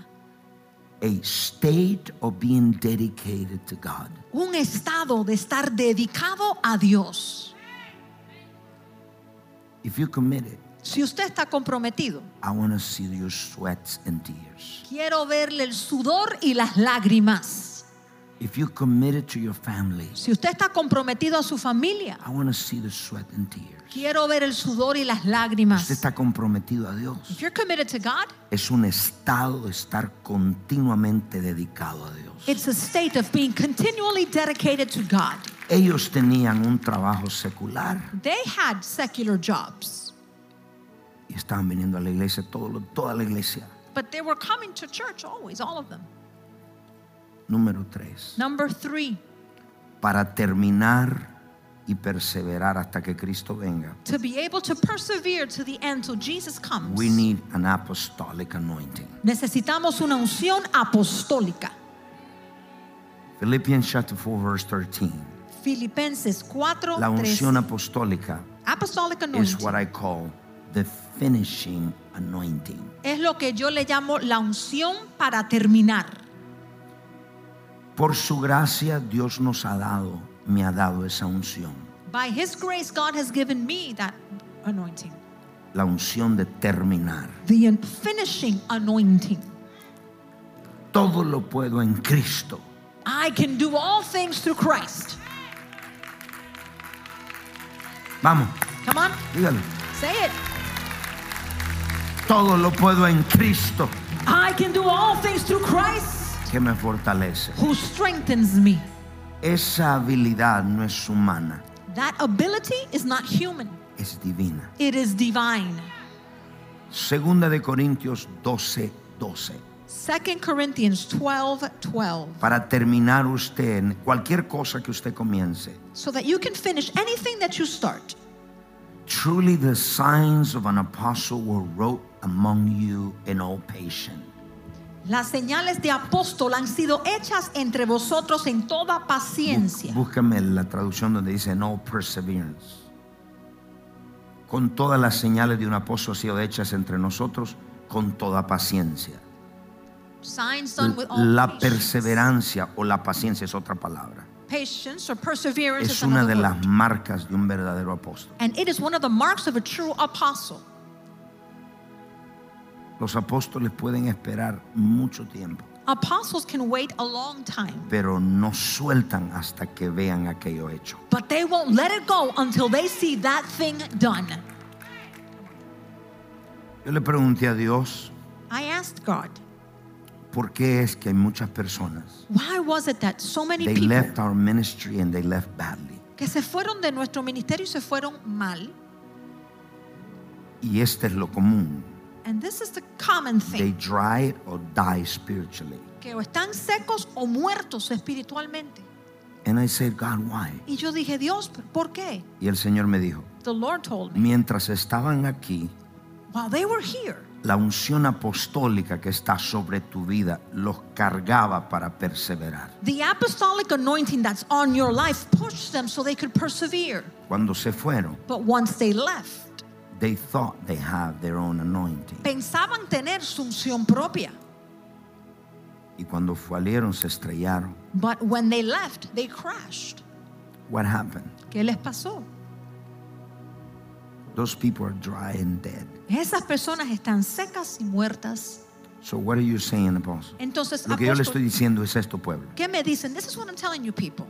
Speaker 1: a state of being dedicated to God.
Speaker 2: un estado de estar dedicado a Dios.
Speaker 1: If you commit it,
Speaker 2: Si usted está comprometido,
Speaker 1: I want to see your sweats and tears.
Speaker 2: quiero verle el sudor y las lágrimas.
Speaker 1: If you're committed to your family,
Speaker 2: Si usted está comprometido a su familia,
Speaker 1: I want to see the sweat and tears.
Speaker 2: quiero ver el sudor y las
Speaker 1: Usted
Speaker 2: lágrimas.
Speaker 1: está comprometido a Dios.
Speaker 2: If you're committed to God,
Speaker 1: Es un estado estar continuamente dedicado a Dios.
Speaker 2: it's a state of being continually dedicated to God.
Speaker 1: Ellos tenían un trabajo secular
Speaker 2: They had secular jobs,
Speaker 1: y estaban viniendo a la iglesia, todo lo- toda la iglesia.
Speaker 2: but they were coming to church always, all of them.
Speaker 1: Número tres,
Speaker 2: Number three,
Speaker 1: para terminar y perseverar hasta que Cristo venga,
Speaker 2: to be able to persevere to the end till Jesus comes.
Speaker 1: we need an apostolic anointing.
Speaker 2: Necesitamos una unción apostólica.
Speaker 1: Philippians chapter 4 verse 13.
Speaker 2: Filipenses 4,
Speaker 1: La
Speaker 2: 3.
Speaker 1: unción apostólica
Speaker 2: Apostolic
Speaker 1: is
Speaker 2: anointing
Speaker 1: what I call the finishing anointing.
Speaker 2: es lo que yo le llamo la unción para terminar.
Speaker 1: Por su gracia Dios nos ha dado, me ha dado esa unción,
Speaker 2: By His grace, God has given me that anointing,
Speaker 1: la unción de terminar.
Speaker 2: the un- finishing anointing.
Speaker 1: Todo lo puedo en Cristo
Speaker 2: I can do all things through Christ.
Speaker 1: Vamos,
Speaker 2: Come on,
Speaker 1: dígalo.
Speaker 2: say it.
Speaker 1: Todo lo puedo en Cristo
Speaker 2: I can do all things through Christ
Speaker 1: que me fortalece.
Speaker 2: who strengthens me.
Speaker 1: Esa habilidad no es humana,
Speaker 2: That ability is not human,
Speaker 1: es divina.
Speaker 2: it is divine.
Speaker 1: Segunda de Corintios 12, 12.
Speaker 2: 2 Corinthians 12 12.
Speaker 1: Para terminar usted, en cualquier cosa que usted comience,
Speaker 2: So that you can finish anything that you start.
Speaker 1: truly the signs of an apostle were wrought among you in all patience.
Speaker 2: Las señales de apóstol han sido hechas entre vosotros en toda paciencia.
Speaker 1: Búscame la traducción donde dice no perseverance. Con todas las señales de un apóstol han sido hechas entre nosotros con toda paciencia.
Speaker 2: Signs done with all
Speaker 1: La
Speaker 2: patience.
Speaker 1: perseverancia o la paciencia es otra palabra.
Speaker 2: Patience or perseverance
Speaker 1: Es
Speaker 2: is
Speaker 1: una
Speaker 2: another
Speaker 1: de
Speaker 2: word.
Speaker 1: las marcas de un verdadero apóstol.
Speaker 2: And it is one of the marks of a true apostle.
Speaker 1: Los apóstoles pueden esperar mucho tiempo,
Speaker 2: Apostles can wait a long time,
Speaker 1: pero no sueltan hasta que vean aquello hecho.
Speaker 2: but they won't let it go until they see that thing done.
Speaker 1: Yo le pregunté a Dios,
Speaker 2: I asked God,
Speaker 1: ¿por qué es que hay muchas personas?
Speaker 2: why was it that so many
Speaker 1: They
Speaker 2: people
Speaker 1: left our ministry and they left badly.
Speaker 2: que se fueron de nuestro ministerio y se fueron mal?
Speaker 1: Y este es lo común.
Speaker 2: And this is the common
Speaker 1: They
Speaker 2: thing,
Speaker 1: dry or die spiritually.
Speaker 2: que o están secos o muertos espiritualmente.
Speaker 1: And I said, God, why?
Speaker 2: Y yo dije, Dios, ¿pero ¿por qué?
Speaker 1: Y el Señor me dijo,
Speaker 2: The Lord told me,
Speaker 1: mientras estaban aquí,
Speaker 2: while they were here,
Speaker 1: la unción apostólica que está sobre tu vida los cargaba para perseverar.
Speaker 2: the apostolic anointing that's on your life pushed them so they could persevere.
Speaker 1: Cuando se fueron,
Speaker 2: But once they left,
Speaker 1: they thought they have their own anointing.
Speaker 2: pensaban tener su unción propia.
Speaker 1: Y cuando salieron, se estrellaron.
Speaker 2: But when they left, they crashed.
Speaker 1: What happened?
Speaker 2: ¿Qué les pasó?
Speaker 1: Those people are dry and dead.
Speaker 2: Esas personas están secas y muertas.
Speaker 1: So what are you saying, apostle?
Speaker 2: Entonces,
Speaker 1: Lo que yo le estoy
Speaker 2: apóstol,
Speaker 1: diciendo es esto, pueblo.
Speaker 2: ¿qué me dicen? This is what I'm telling you people.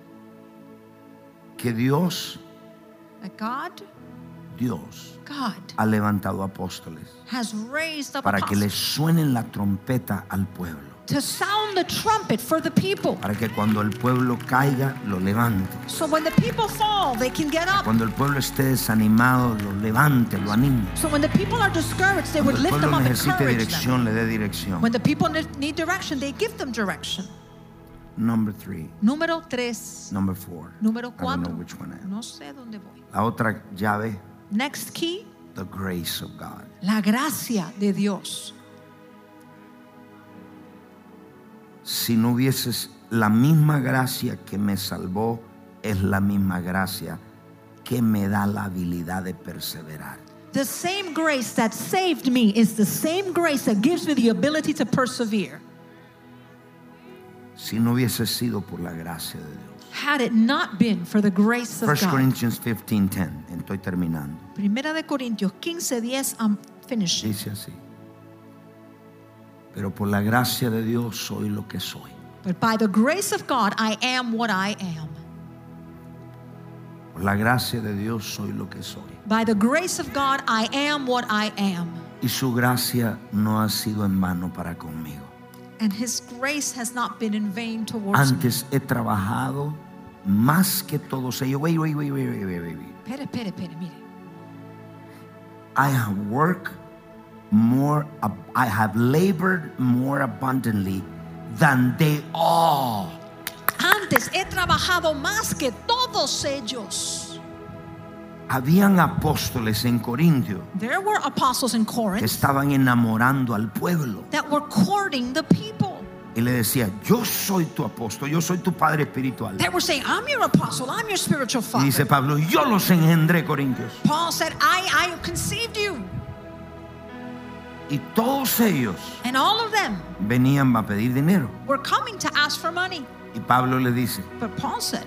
Speaker 1: Que Dios,
Speaker 2: That God,
Speaker 1: Dios,
Speaker 2: God
Speaker 1: ha levantado apóstoles
Speaker 2: has raised up
Speaker 1: para que
Speaker 2: apostles
Speaker 1: les suenen la trompeta al pueblo.
Speaker 2: to sound the trumpet for the people.
Speaker 1: Para que cuando el pueblo caiga, lo levante.
Speaker 2: So when the people fall, they can get up.
Speaker 1: Cuando el pueblo esté desanimado, lo levante, lo anime.
Speaker 2: So when the people are discouraged, they would
Speaker 1: Cuando el
Speaker 2: lift
Speaker 1: pueblo
Speaker 2: them up and
Speaker 1: necesite
Speaker 2: encourage them.
Speaker 1: dirección, le dé dirección.
Speaker 2: When the people ne- need direction, they give them direction.
Speaker 1: Number three,
Speaker 2: Número tres.
Speaker 1: number four.
Speaker 2: Número
Speaker 1: I don't know
Speaker 2: cuatro.
Speaker 1: which one I am.
Speaker 2: No sé dónde voy.
Speaker 1: La otra llave,
Speaker 2: Next key.
Speaker 1: the grace of God.
Speaker 2: La gracia de Dios.
Speaker 1: Si no hubieses la misma gracia que me salvó, es la misma gracia que me da la habilidad de perseverar.
Speaker 2: The same grace that saved me is the same grace that gives me the ability to persevere.
Speaker 1: Si no hubiese sido por la gracia de Dios.
Speaker 2: Had it not been for the grace of
Speaker 1: 1
Speaker 2: God.
Speaker 1: Corinthians 15:10, estoy terminando.
Speaker 2: Primera de Corintios 15:10. I'm finishing.
Speaker 1: Dice así. Pero por la gracia de Dios soy lo que soy.
Speaker 2: But by the grace of God, I am what I am.
Speaker 1: Por la gracia de Dios soy lo que soy.
Speaker 2: By the grace of God, I am what I am.
Speaker 1: Y su gracia no ha sido en vano para conmigo.
Speaker 2: And His grace has not been in vain towards me.
Speaker 1: Antes he trabajado más que todos ellos. Wait, wait, wait, wait, wait, wait, wait, wait.
Speaker 2: Pere, pere, pere, mire.
Speaker 1: I have worked more, ab- I have labored more abundantly than they all.
Speaker 2: Antes he trabajado más que todos ellos.
Speaker 1: Habían apóstoles en Corintio
Speaker 2: There were apostles in
Speaker 1: que
Speaker 2: Corinth
Speaker 1: estaban enamorando al pueblo
Speaker 2: that were courting the people.
Speaker 1: y le decía, yo soy tu apóstol, yo soy tu padre espiritual.
Speaker 2: They were saying, I'm your apostle, I'm your spiritual
Speaker 1: Y
Speaker 2: father.
Speaker 1: dice Pablo, yo los engendré, Corintios.
Speaker 2: Paul said, I, I conceived you.
Speaker 1: Y todos ellos
Speaker 2: And all of them
Speaker 1: venían a pedir dinero.
Speaker 2: were coming to ask for money.
Speaker 1: Y Pablo le dice,
Speaker 2: But Paul said,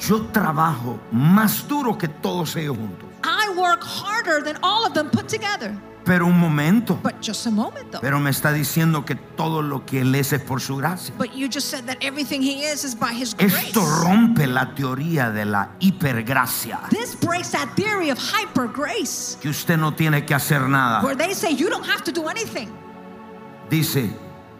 Speaker 1: yo trabajo más duro que todos ellos juntos.
Speaker 2: I work harder than all of them put together.
Speaker 1: Pero un momento,
Speaker 2: But just a moment though.
Speaker 1: pero me está diciendo que todo lo que él es es por su gracia.
Speaker 2: But you just said that everything he is is by his grace.
Speaker 1: Esto rompe la teoría de la hipergracia,
Speaker 2: This breaks that theory of hyper grace,
Speaker 1: que usted no tiene que hacer
Speaker 2: where
Speaker 1: nada.
Speaker 2: they say you don't have to do anything.
Speaker 1: Dice,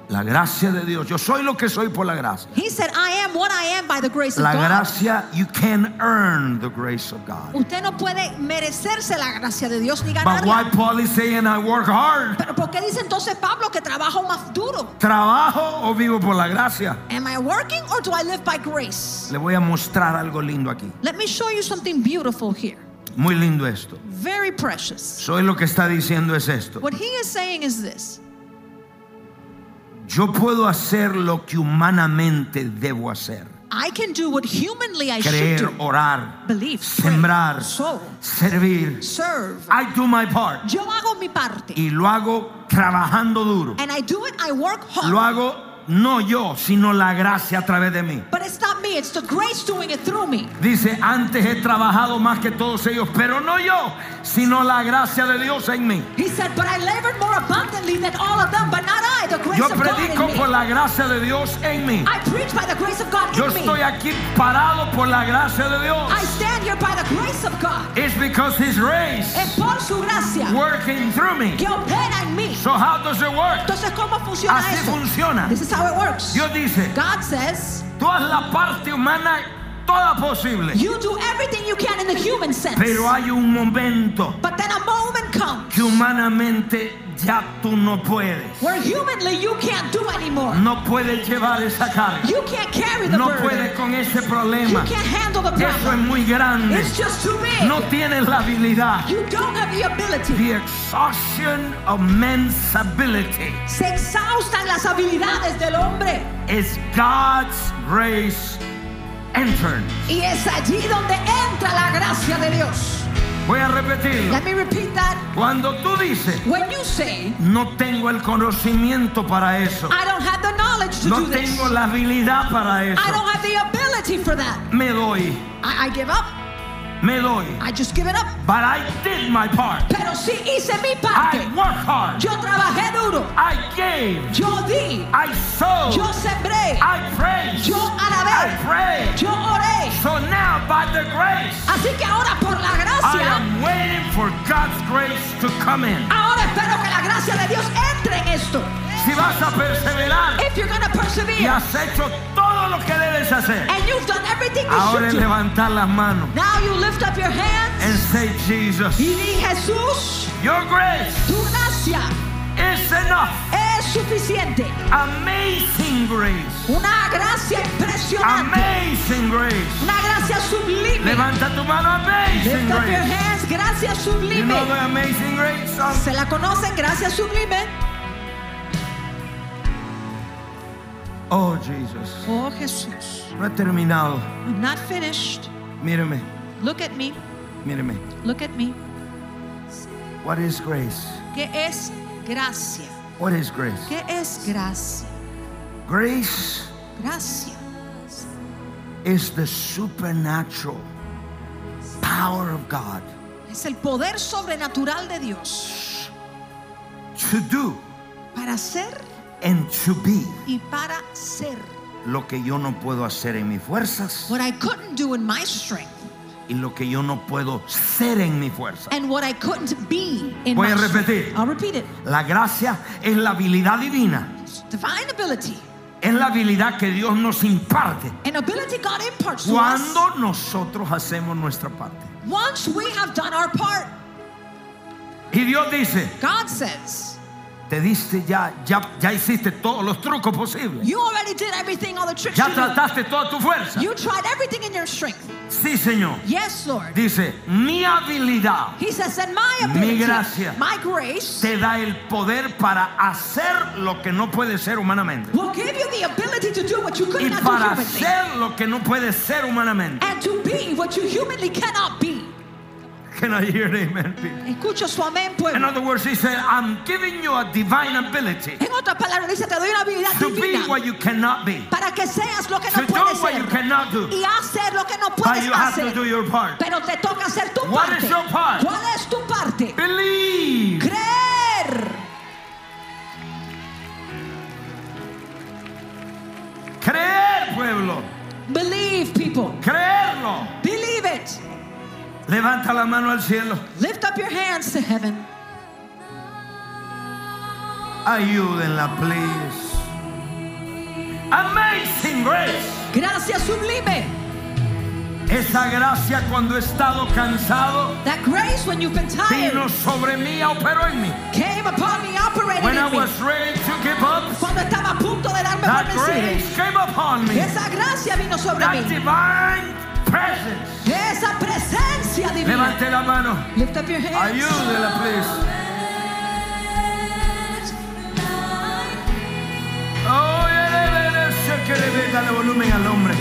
Speaker 1: la gracia de Dios, yo soy lo que soy por la gracia.
Speaker 2: He said, I am what I am by the grace of
Speaker 1: La
Speaker 2: God.
Speaker 1: gracia, you can earn the grace of God.
Speaker 2: Usted no puede merecerse la gracia de Dios ni
Speaker 1: But why
Speaker 2: ganarla.
Speaker 1: Paul is saying I work hard?
Speaker 2: Pero ¿por qué dice entonces Pablo que trabajo más duro?
Speaker 1: ¿Trabajo o vivo por la gracia?
Speaker 2: Am I working or do I live by grace?
Speaker 1: Le voy a mostrar algo lindo aquí.
Speaker 2: Let me show you something beautiful here.
Speaker 1: Muy lindo esto.
Speaker 2: Very precious.
Speaker 1: Soy lo que está diciendo es esto.
Speaker 2: What he is saying is this.
Speaker 1: Yo puedo hacer lo que humanamente debo hacer.
Speaker 2: I can do what humanly I
Speaker 1: Creer,
Speaker 2: should do.
Speaker 1: orar,
Speaker 2: Believe, pray,
Speaker 1: sembrar,
Speaker 2: sow,
Speaker 1: servir.
Speaker 2: serve.
Speaker 1: I do my part.
Speaker 2: Yo hago mi parte.
Speaker 1: Y lo hago trabajando duro.
Speaker 2: And I do it, I work hard.
Speaker 1: Lo hago no yo, sino la gracia a través de mí.
Speaker 2: But it's not me, it's the grace doing it through me.
Speaker 1: Dice, antes he trabajado más que todos ellos, pero no yo, sino la gracia de Dios en mí.
Speaker 2: He said, But I labored more abundantly than all of them, but not I, the grace
Speaker 1: Yo
Speaker 2: of God.
Speaker 1: predico
Speaker 2: in me.
Speaker 1: por la gracia de Dios en mí.
Speaker 2: I preach by the grace of God
Speaker 1: Yo
Speaker 2: in me.
Speaker 1: estoy aquí parado por la gracia de Dios.
Speaker 2: I stand here by the grace of God.
Speaker 1: It's because His grace
Speaker 2: Es por su gracia
Speaker 1: working through me.
Speaker 2: que opera en mí.
Speaker 1: So how does it work?
Speaker 2: Entonces, ¿cómo funciona
Speaker 1: Así
Speaker 2: eso?
Speaker 1: funciona.
Speaker 2: This is how it works.
Speaker 1: Dios dice,
Speaker 2: God says,
Speaker 1: tú haz la parte humana toda posible.
Speaker 2: You do everything you can in the human sense.
Speaker 1: Pero hay un momento
Speaker 2: But then a moment comes
Speaker 1: que humanamente ya tú no puedes.
Speaker 2: where humanly you can't do anymore.
Speaker 1: No puedes llevar esa carga.
Speaker 2: You can't carry the
Speaker 1: No
Speaker 2: burden.
Speaker 1: puedes con ese
Speaker 2: You
Speaker 1: problema.
Speaker 2: can't handle the
Speaker 1: Eso es
Speaker 2: problem.
Speaker 1: muy grande.
Speaker 2: It's just too big.
Speaker 1: No tienes la habilidad.
Speaker 2: You don't have the ability.
Speaker 1: The exhaustion of man's ability
Speaker 2: Se exhaustan las habilidades del hombre.
Speaker 1: is God's grace entered.
Speaker 2: Y es allí donde entra la gracia de Dios.
Speaker 1: Voy a repetirlo.
Speaker 2: Let me repeat that.
Speaker 1: Cuando tú dices,
Speaker 2: When you say,
Speaker 1: no tengo el conocimiento para eso,
Speaker 2: I don't have the knowledge to
Speaker 1: no
Speaker 2: do this,
Speaker 1: tengo la habilidad para
Speaker 2: I
Speaker 1: eso,
Speaker 2: don't have the ability for that,
Speaker 1: me doy,
Speaker 2: I, I give up,
Speaker 1: me doy.
Speaker 2: I just give it up.
Speaker 1: But I did my part.
Speaker 2: Pero sí hice mi
Speaker 1: I
Speaker 2: parte.
Speaker 1: worked hard.
Speaker 2: Yo trabajé duro,
Speaker 1: I gave.
Speaker 2: yo di,
Speaker 1: I
Speaker 2: yo
Speaker 1: sowed.
Speaker 2: sembré,
Speaker 1: I praised.
Speaker 2: yo
Speaker 1: I
Speaker 2: alabé,
Speaker 1: prayed.
Speaker 2: yo oré.
Speaker 1: So now, by the grace,
Speaker 2: Así que ahora por la
Speaker 1: I
Speaker 2: gracia,
Speaker 1: am waiting for God's grace to come in.
Speaker 2: ahora espero que la gracia de Dios entre en esto.
Speaker 1: Si vas a perseverar
Speaker 2: If you're gonna
Speaker 1: y
Speaker 2: persevere
Speaker 1: has hecho todo lo que debes hacer,
Speaker 2: and you've done everything you
Speaker 1: ahora
Speaker 2: should
Speaker 1: es
Speaker 2: do,
Speaker 1: levantar las manos
Speaker 2: now you lift up your
Speaker 1: and
Speaker 2: hands
Speaker 1: say, Jesus,
Speaker 2: y di Jesús,
Speaker 1: your grace
Speaker 2: tu gracia
Speaker 1: is enough.
Speaker 2: es suficiente.
Speaker 1: Amazing grace.
Speaker 2: Una gracia impresionante.
Speaker 1: Amazing grace.
Speaker 2: Una gracia sublime.
Speaker 1: Levanta tu mano, amazing
Speaker 2: Lift up your
Speaker 1: grace.
Speaker 2: hands. Gracia
Speaker 1: You know the
Speaker 2: sublime.
Speaker 1: amazing grace song?
Speaker 2: Se la conocen, gracia sublime.
Speaker 1: Oh, Jesus.
Speaker 2: Oh Jesús.
Speaker 1: No he terminado.
Speaker 2: I'm not finished.
Speaker 1: Míreme,
Speaker 2: Look at me.
Speaker 1: míreme.
Speaker 2: Look at me.
Speaker 1: What is grace?
Speaker 2: ¿Qué es gracia?
Speaker 1: What is grace?
Speaker 2: ¿Qué es gracia?
Speaker 1: Grace
Speaker 2: Gracia
Speaker 1: is the supernatural power of God
Speaker 2: es el poder sobrenatural de Dios
Speaker 1: to do
Speaker 2: para hacer
Speaker 1: and to be
Speaker 2: y para ser
Speaker 1: lo que yo no puedo hacer en mis fuerzas
Speaker 2: what I couldn't do in my strength
Speaker 1: y lo que yo no puedo ser en mis fuerzas.
Speaker 2: and what I couldn't be in
Speaker 1: Voy
Speaker 2: my
Speaker 1: a
Speaker 2: strength.
Speaker 1: repetir.
Speaker 2: I'll repeat it.
Speaker 1: La gracia es la habilidad divina,
Speaker 2: Divine ability,
Speaker 1: es la habilidad que Dios nos imparte
Speaker 2: an ability God imparts to us
Speaker 1: cuando nosotros hacemos nuestra parte.
Speaker 2: once we have done our part.
Speaker 1: Y Dios dice,
Speaker 2: God says,
Speaker 1: te diste ya, ya, ya hiciste todos los trucos posibles,
Speaker 2: You already did everything, all the tricks
Speaker 1: ya
Speaker 2: you knew.
Speaker 1: trataste toda tu fuerza.
Speaker 2: You tried everything in your strength.
Speaker 1: Sí, Señor.
Speaker 2: Yes, Lord.
Speaker 1: Dice, mi habilidad
Speaker 2: He says, And my
Speaker 1: Mi
Speaker 2: ability,
Speaker 1: gracia.
Speaker 2: my grace,
Speaker 1: te da el poder para hacer lo que no puede ser humanamente.
Speaker 2: will give you the ability to do what you could
Speaker 1: Y
Speaker 2: not
Speaker 1: para
Speaker 2: do humanly
Speaker 1: hacer lo que no puede ser humanamente.
Speaker 2: and to be what you humanly cannot be.
Speaker 1: Can I hear an amen, people?
Speaker 2: Escucha su amén,
Speaker 1: In
Speaker 2: pueblo.
Speaker 1: other words, he said, I'm giving you a divine ability
Speaker 2: En otras palabras, dice, te doy una habilidad
Speaker 1: to be
Speaker 2: divina
Speaker 1: what you cannot be,
Speaker 2: para que seas lo que
Speaker 1: to
Speaker 2: no
Speaker 1: do
Speaker 2: puedes
Speaker 1: what you
Speaker 2: ser
Speaker 1: cannot do.
Speaker 2: y hacer lo que no
Speaker 1: But
Speaker 2: puedes
Speaker 1: you have to
Speaker 2: hacer.
Speaker 1: do your part.
Speaker 2: Pero te toca hacer tu
Speaker 1: What
Speaker 2: parte.
Speaker 1: is your part?
Speaker 2: ¿Cuál es tu parte?
Speaker 1: Believe.
Speaker 2: Creer.
Speaker 1: Creer, pueblo.
Speaker 2: Believe, people.
Speaker 1: Creerlo.
Speaker 2: Believe it.
Speaker 1: Levanta la mano al cielo.
Speaker 2: Lift up your hands to heaven.
Speaker 1: Ayúdenla, please. Amazing grace.
Speaker 2: Gracias sublime.
Speaker 1: Esa gracia cuando he estado cansado
Speaker 2: That grace when you've been tired
Speaker 1: vino sobre mí, operó en mí.
Speaker 2: came upon me, operated
Speaker 1: When I
Speaker 2: in me.
Speaker 1: was ready to give up,
Speaker 2: Cuando estaba a punto de darme por
Speaker 1: that
Speaker 2: vencido.
Speaker 1: grace came upon me.
Speaker 2: Esa gracia vino sobre
Speaker 1: That
Speaker 2: mí.
Speaker 1: divine presence.
Speaker 2: Esa presencia divina.
Speaker 1: Levante la mano.
Speaker 2: Lift up your hands.
Speaker 1: Ayúdela, please. Oh, que le venga el volumen al hombre.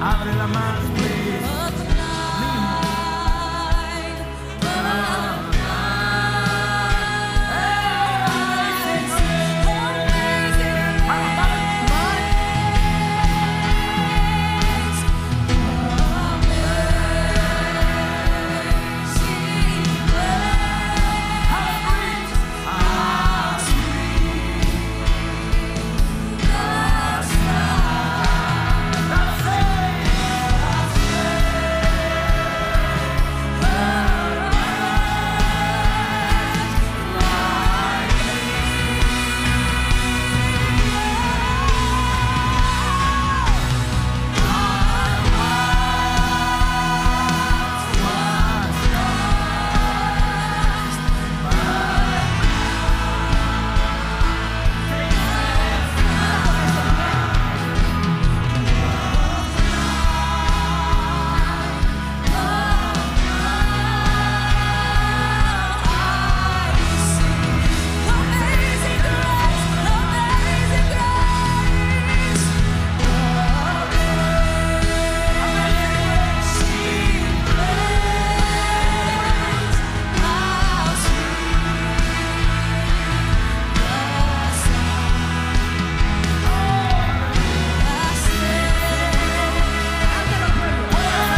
Speaker 1: Abre la mano, please.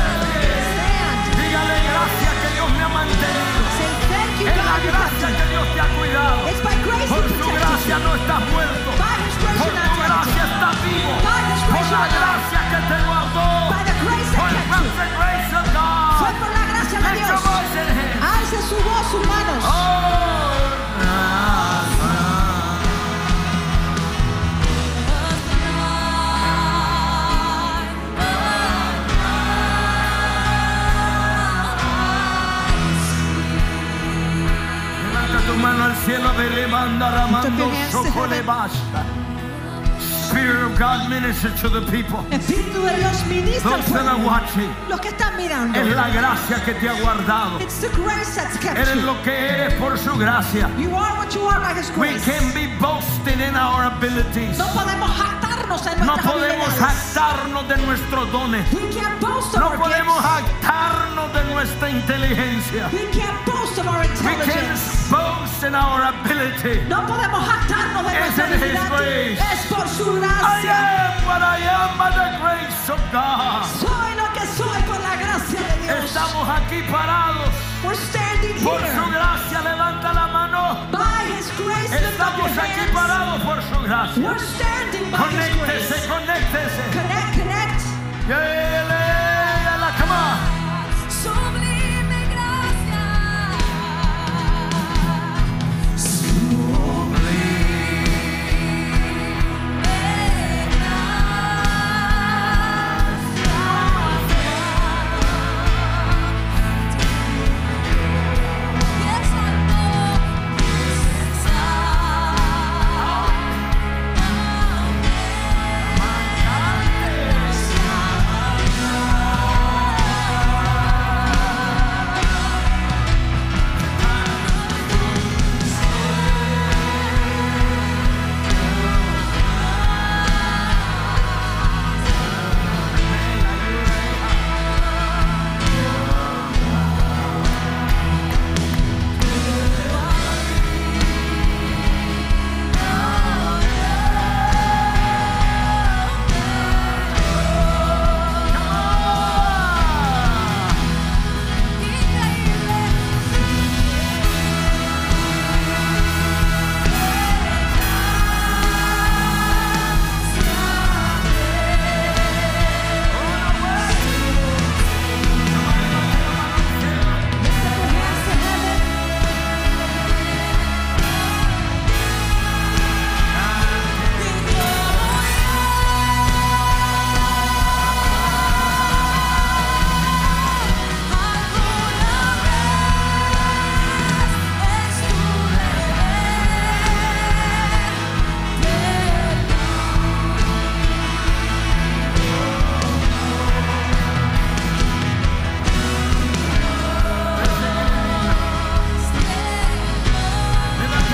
Speaker 2: Stand.
Speaker 1: Dígale gracias que Dios me ha mantenido.
Speaker 2: Say thank you,
Speaker 1: Es la
Speaker 2: God. you
Speaker 1: gracia
Speaker 2: protected
Speaker 1: que Dios te ha cuidado.
Speaker 2: It's by grace
Speaker 1: Por
Speaker 2: he
Speaker 1: tu
Speaker 2: protected
Speaker 1: gracia no estás muerto.
Speaker 2: me. By His grace
Speaker 1: Por
Speaker 2: and
Speaker 1: tu gracia
Speaker 2: anointing.
Speaker 1: estás vivo.
Speaker 2: By His
Speaker 1: Por
Speaker 2: grace
Speaker 1: la
Speaker 2: and anointing.
Speaker 1: gracia que te guardó.
Speaker 2: By the grace
Speaker 1: Por
Speaker 2: that
Speaker 1: la
Speaker 2: kept you.
Speaker 1: gracia of
Speaker 2: Fue
Speaker 1: God.
Speaker 2: por la gracia de
Speaker 1: Lift your
Speaker 2: Dios.
Speaker 1: voice and hand.
Speaker 2: Alce su voz, sus manos.
Speaker 1: Oh. Levanta tu mano al cielo, ve levanta la
Speaker 2: Lift up your
Speaker 1: mano,
Speaker 2: hands to
Speaker 1: soco
Speaker 2: heaven.
Speaker 1: le basta. Spirit of God, minister to the people.
Speaker 2: Espíritu de Dios, ministra al
Speaker 1: Those that are
Speaker 2: pueblo.
Speaker 1: watching,
Speaker 2: Los que están
Speaker 1: es
Speaker 2: mirando.
Speaker 1: la gracia que te ha guardado.
Speaker 2: It's the grace that's kept
Speaker 1: Eres
Speaker 2: you.
Speaker 1: lo que eres por su gracia.
Speaker 2: You are what you are by His
Speaker 1: We
Speaker 2: grace.
Speaker 1: can be boasting in our abilities.
Speaker 2: No podemos jactarnos en
Speaker 1: No
Speaker 2: nuestras
Speaker 1: podemos
Speaker 2: habilidades.
Speaker 1: jactarnos de nuestros dones.
Speaker 2: We can't boast of
Speaker 1: No
Speaker 2: our
Speaker 1: podemos
Speaker 2: gifts.
Speaker 1: jactarnos de nuestra inteligencia.
Speaker 2: We can't boast of our
Speaker 1: We can't
Speaker 2: intelligence.
Speaker 1: boast in our ability.
Speaker 2: No podemos jactarnos de
Speaker 1: Es
Speaker 2: nuestra
Speaker 1: en His
Speaker 2: habilidad.
Speaker 1: grace.
Speaker 2: Es por su
Speaker 1: I
Speaker 2: gracia.
Speaker 1: am what I am by the grace of God.
Speaker 2: Soy lo que soy por la gracia de Dios.
Speaker 1: Estamos aquí parados.
Speaker 2: We're standing
Speaker 1: Por su
Speaker 2: here.
Speaker 1: gracia, levanta la mano.
Speaker 2: By His grace, lift up your
Speaker 1: Estamos aquí
Speaker 2: hands.
Speaker 1: parados por su gracia.
Speaker 2: We're standing by His
Speaker 1: Conéctese,
Speaker 2: grace.
Speaker 1: conéctese.
Speaker 2: Connect, connect.
Speaker 1: Dele a la cama.
Speaker 3: Sublime gracia, sublime gracia, yes I know this increíble.
Speaker 1: Levanta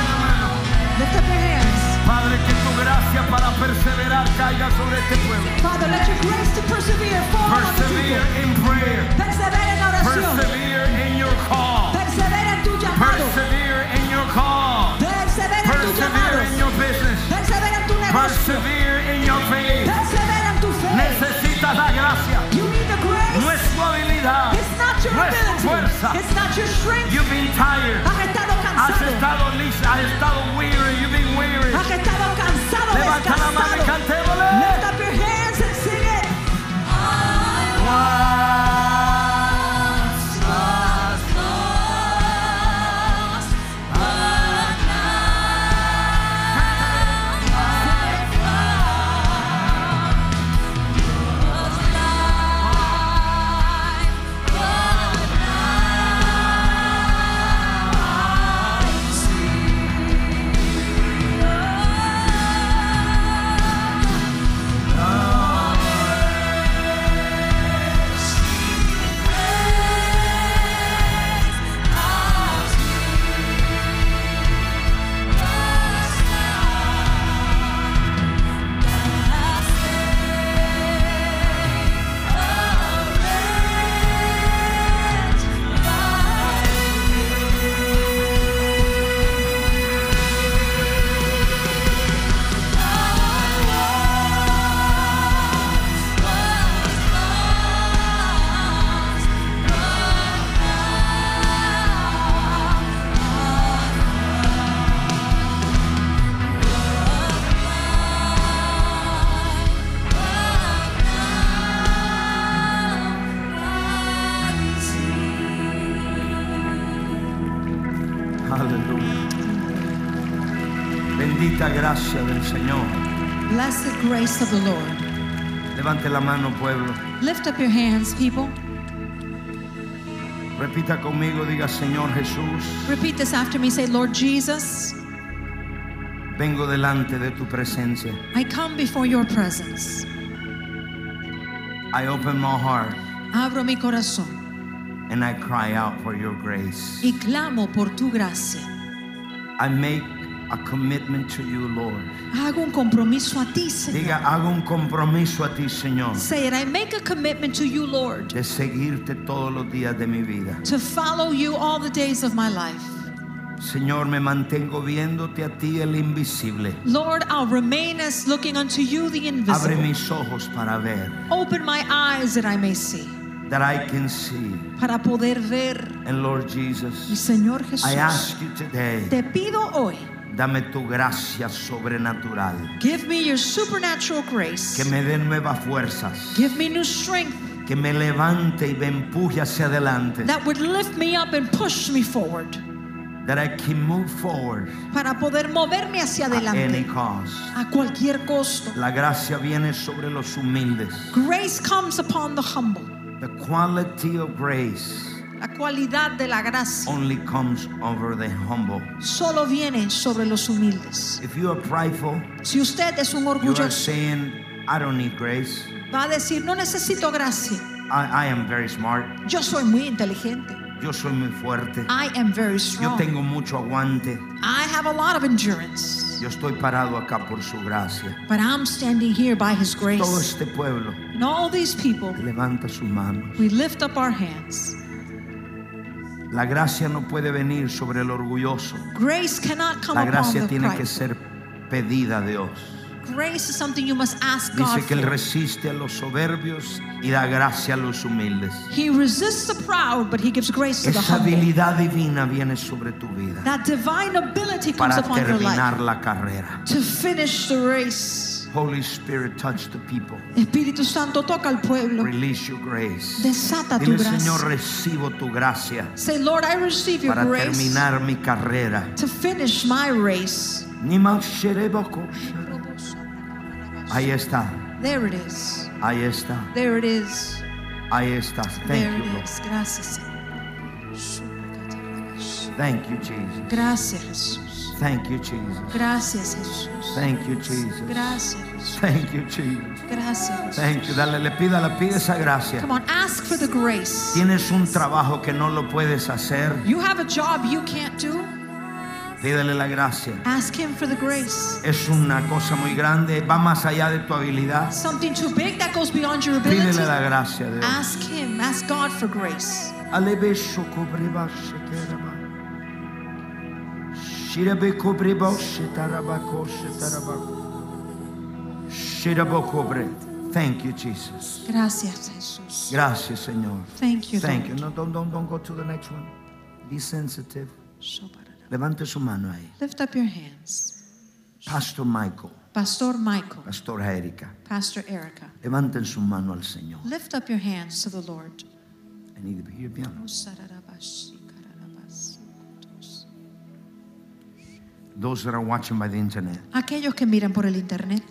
Speaker 1: la mano.
Speaker 2: Lift up your hands.
Speaker 1: Padre, que tu gracia para perseverar caiga sobre este pueblo.
Speaker 2: Father, let your grace to persevere fall on the
Speaker 1: Persevere
Speaker 2: people.
Speaker 1: in prayer.
Speaker 2: Persevera en oración.
Speaker 1: Persevere in your call.
Speaker 2: Persevera en tu llamado.
Speaker 1: Persevere in your call.
Speaker 2: Persevera en tu
Speaker 1: Persevere in
Speaker 2: llamado.
Speaker 1: your business.
Speaker 2: Persevera en tu negocio.
Speaker 1: Persevere in your faith.
Speaker 2: Persevera en tu fe.
Speaker 1: Necesitas la gracia.
Speaker 2: You need the
Speaker 1: No es
Speaker 2: grace.
Speaker 1: tu habilidad.
Speaker 2: It's not your
Speaker 1: No es tu fuerza.
Speaker 2: ability. It's not your strength.
Speaker 1: You've been tired.
Speaker 2: Has estado
Speaker 1: Has
Speaker 2: cansado.
Speaker 1: estado lisa. Has estado weary. You've been weary.
Speaker 2: Has estado cansado,
Speaker 1: Levanta la mano y
Speaker 2: descansado.
Speaker 1: cantémosle.
Speaker 2: Lift up your hands and sing it.
Speaker 1: Aleluya. Bendita gracia del Señor.
Speaker 2: Blessed grace of the Lord.
Speaker 1: Levante la mano, pueblo.
Speaker 2: Lift up your hands, people.
Speaker 1: Repita conmigo, diga Señor Jesús,
Speaker 2: Repeat this after me. Say, Lord Jesus,
Speaker 1: vengo delante de tu presencia.
Speaker 2: I come before your presence.
Speaker 1: I open my heart
Speaker 2: Abro mi corazón
Speaker 1: and I cry out for your grace.
Speaker 2: y clamo por tu gracia.
Speaker 1: I make
Speaker 4: a commitment to you, Lord.
Speaker 5: Hago un compromiso a ti, Señor.
Speaker 4: Diga, hago un compromiso a ti, Señor,
Speaker 5: Say it. I make a commitment to you, Lord,
Speaker 4: de seguirte todos los días de mi vida.
Speaker 5: to follow you all the days of my life.
Speaker 4: Señor, me mantengo viéndote a ti el invisible.
Speaker 5: Lord, I'll remain as looking unto you, the
Speaker 4: Abre
Speaker 5: invisible.
Speaker 4: mis ojos para ver,
Speaker 5: Open my eyes that I may see.
Speaker 4: that I can see.
Speaker 5: Para poder ver,
Speaker 4: And Lord
Speaker 5: mi
Speaker 4: Jesus,
Speaker 5: Señor
Speaker 4: I
Speaker 5: Jesús,
Speaker 4: ask you today,
Speaker 5: te pido hoy,
Speaker 4: dame tu gracia sobrenatural,
Speaker 5: give me your supernatural
Speaker 4: que
Speaker 5: grace.
Speaker 4: me dé nuevas fuerzas,
Speaker 5: Give me new strength
Speaker 4: que me levante y me empuje hacia adelante,
Speaker 5: that would lift me up and push me forward.
Speaker 4: that I can move forward
Speaker 5: Para poder moverme hacia
Speaker 4: at any
Speaker 5: adelante
Speaker 4: cost.
Speaker 5: a cualquier costo.
Speaker 4: La gracia viene sobre los humildes.
Speaker 5: Grace comes upon the humble.
Speaker 4: The quality of grace
Speaker 5: La cualidad de la gracia
Speaker 4: only comes over the humble.
Speaker 5: solo viene sobre los humildes.
Speaker 4: If you are prideful,
Speaker 5: Si usted es un
Speaker 4: you are
Speaker 5: orgulloso,
Speaker 4: saying, I don't need grace.
Speaker 5: va a decir, no necesito gracia.
Speaker 4: I, I am very smart.
Speaker 5: Yo soy muy inteligente.
Speaker 4: Yo soy muy fuerte.
Speaker 5: I am
Speaker 4: Yo
Speaker 5: very strong.
Speaker 4: tengo mucho aguante.
Speaker 5: I have a lot of endurance.
Speaker 4: Yo estoy parado acá por su gracia.
Speaker 5: But I'm standing here by His
Speaker 4: Todo
Speaker 5: grace.
Speaker 4: este pueblo
Speaker 5: And all these people,
Speaker 4: levanta sus manos.
Speaker 5: we lift up our hands.
Speaker 4: La gracia no puede venir sobre el orgulloso.
Speaker 5: Grace cannot come
Speaker 4: La
Speaker 5: upon
Speaker 4: gracia
Speaker 5: the
Speaker 4: tiene que
Speaker 5: prideful.
Speaker 4: ser pedida a Dios.
Speaker 5: Grace is something you must ask God
Speaker 4: Dice que Él
Speaker 5: for.
Speaker 4: resiste a los soberbios y da gracia a los humildes.
Speaker 5: He resists the proud, but He gives grace to the
Speaker 4: Esa
Speaker 5: humble.
Speaker 4: habilidad divina viene sobre tu vida
Speaker 5: That divine ability comes
Speaker 4: para
Speaker 5: upon your life.
Speaker 4: terminar la carrera.
Speaker 5: to finish the race.
Speaker 4: Holy Spirit, touch the people.
Speaker 5: Espíritu Santo, toca al pueblo.
Speaker 4: Release your grace.
Speaker 5: Desata tu
Speaker 4: Dile,
Speaker 5: gracia.
Speaker 4: Señor, recibo tu gracia
Speaker 5: Say, Lord, I receive your
Speaker 4: para
Speaker 5: grace
Speaker 4: terminar mi carrera.
Speaker 5: to finish my race.
Speaker 4: Ni más sherebakos. Ahí está,
Speaker 5: There it is.
Speaker 4: ahí está,
Speaker 5: There it is.
Speaker 4: ahí está. Thank
Speaker 5: There
Speaker 4: you,
Speaker 5: it
Speaker 4: Lord.
Speaker 5: is. Gracias, Señor.
Speaker 4: Thank you, Jesus.
Speaker 5: Gracias, Jesús.
Speaker 4: Thank you, Jesus.
Speaker 5: Gracias, Jesús.
Speaker 4: Thank you, Jesus.
Speaker 5: Gracias, Jesús.
Speaker 4: Thank you, Jesus.
Speaker 5: Gracias, Jesús.
Speaker 4: Thank you. Dale, le pida, le pide esa gracia.
Speaker 5: Come on, ask for the grace.
Speaker 4: Tienes un trabajo que no lo puedes hacer.
Speaker 5: You have a job you can't do.
Speaker 4: Pídele la gracia.
Speaker 5: Ask Him for the grace.
Speaker 4: Es una cosa muy grande. Va más allá de tu habilidad.
Speaker 5: Something too big that goes beyond your
Speaker 4: Pídele
Speaker 5: ability.
Speaker 4: la gracia a Dios.
Speaker 5: Ask Him, ask God for grace.
Speaker 4: Alebeso cobreba shekeraba. Shirebe cobreba shetarabako shetarabako. Shirebo cobre. Thank you, Jesus.
Speaker 5: Gracias, Jesús.
Speaker 4: Gracias, Señor.
Speaker 5: Thank you.
Speaker 4: Thank you.
Speaker 5: Lord.
Speaker 4: No, don't, don't, don't go to the next one. Be sensitive.
Speaker 5: Sobarara.
Speaker 4: Levante su mano ahí.
Speaker 5: Lift up your hands.
Speaker 4: Pastor Michael,
Speaker 5: Pastor Michael,
Speaker 4: Pastora Erika,
Speaker 5: Pastor Erica,
Speaker 4: levanten su mano al Señor.
Speaker 5: lift up your hands to the Lord.
Speaker 4: I need to hear piano. Those that are watching by the internet,
Speaker 5: Aquellos que miran por el internet,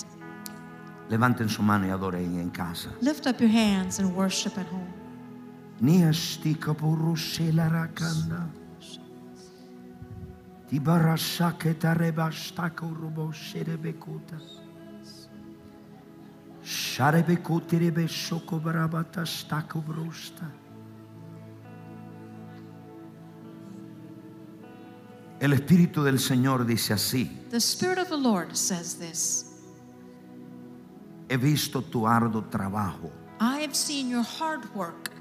Speaker 4: levanten su mano y adoren en casa.
Speaker 5: lift up your hands and worship at home.
Speaker 4: Niastika burushela rakanda. Tibarashake tarebashtako rubosherebekuta. Sharebekutirebe shokobarabata shtako brusta. El Espíritu del Señor dice así,
Speaker 5: The Spirit of the Lord says this
Speaker 4: he visto tu arduo trabajo,
Speaker 5: I have seen your hard work,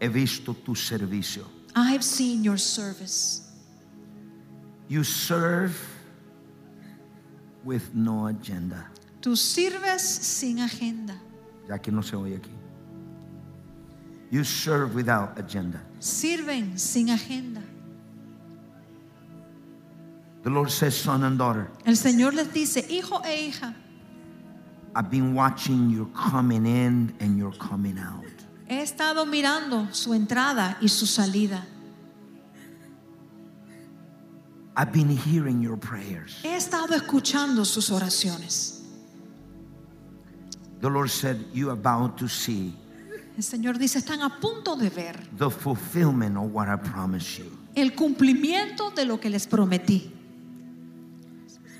Speaker 4: he visto tu servicio.
Speaker 5: I have seen your service.
Speaker 4: You serve with no agenda.
Speaker 5: Tú sirves sin agenda.
Speaker 4: Ya que no se oye aquí. You serve without agenda.
Speaker 5: Sirven sin agenda.
Speaker 4: The Lord says, son and daughter,
Speaker 5: El Señor les dice, hijo e hija,
Speaker 4: I've been watching your coming in and your coming out.
Speaker 5: he estado mirando su entrada y su salida.
Speaker 4: I've been hearing your prayers.
Speaker 5: He estado escuchando sus oraciones.
Speaker 4: The Lord said, you're about to see
Speaker 5: El Señor dice, están a punto de ver
Speaker 4: the fulfillment of what I promised you.
Speaker 5: el cumplimiento de lo que les prometí.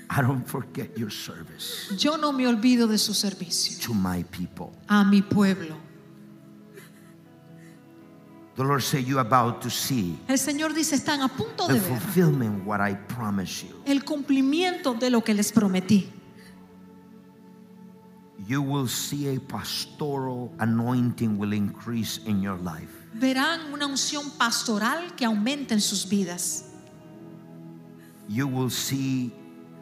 Speaker 4: I don't forget your service
Speaker 5: Yo no me olvido de su servicio
Speaker 4: to my people.
Speaker 5: a mi pueblo.
Speaker 4: The Lord said, You're about to see
Speaker 5: El Señor dice, están a punto
Speaker 4: the
Speaker 5: de ver
Speaker 4: fulfillment what I promise you.
Speaker 5: el cumplimiento de lo que les prometí.
Speaker 4: You will see a pastoral anointing will increase in your life.
Speaker 5: Verán una unción pastoral que aumenta en sus vidas.
Speaker 4: You will see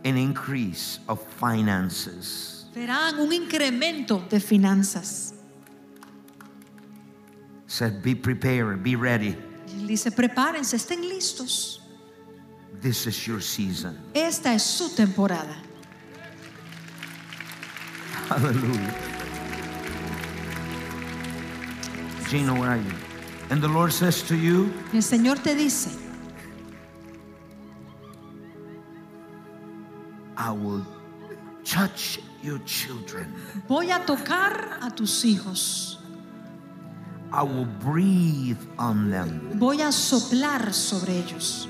Speaker 4: an increase of finances.
Speaker 5: Verán un incremento de finanzas.
Speaker 4: Said, Be prepared, be ready.
Speaker 5: Y él dice, prepárense, estén listos.
Speaker 4: This is your season.
Speaker 5: Esta es su temporada.
Speaker 4: Hallelujah. Gina, where are you? And the Lord says to you,
Speaker 5: El Señor te dice,
Speaker 4: I will touch your children.
Speaker 5: voy a tocar a tus hijos,
Speaker 4: I will breathe on them.
Speaker 5: voy a soplar sobre ellos.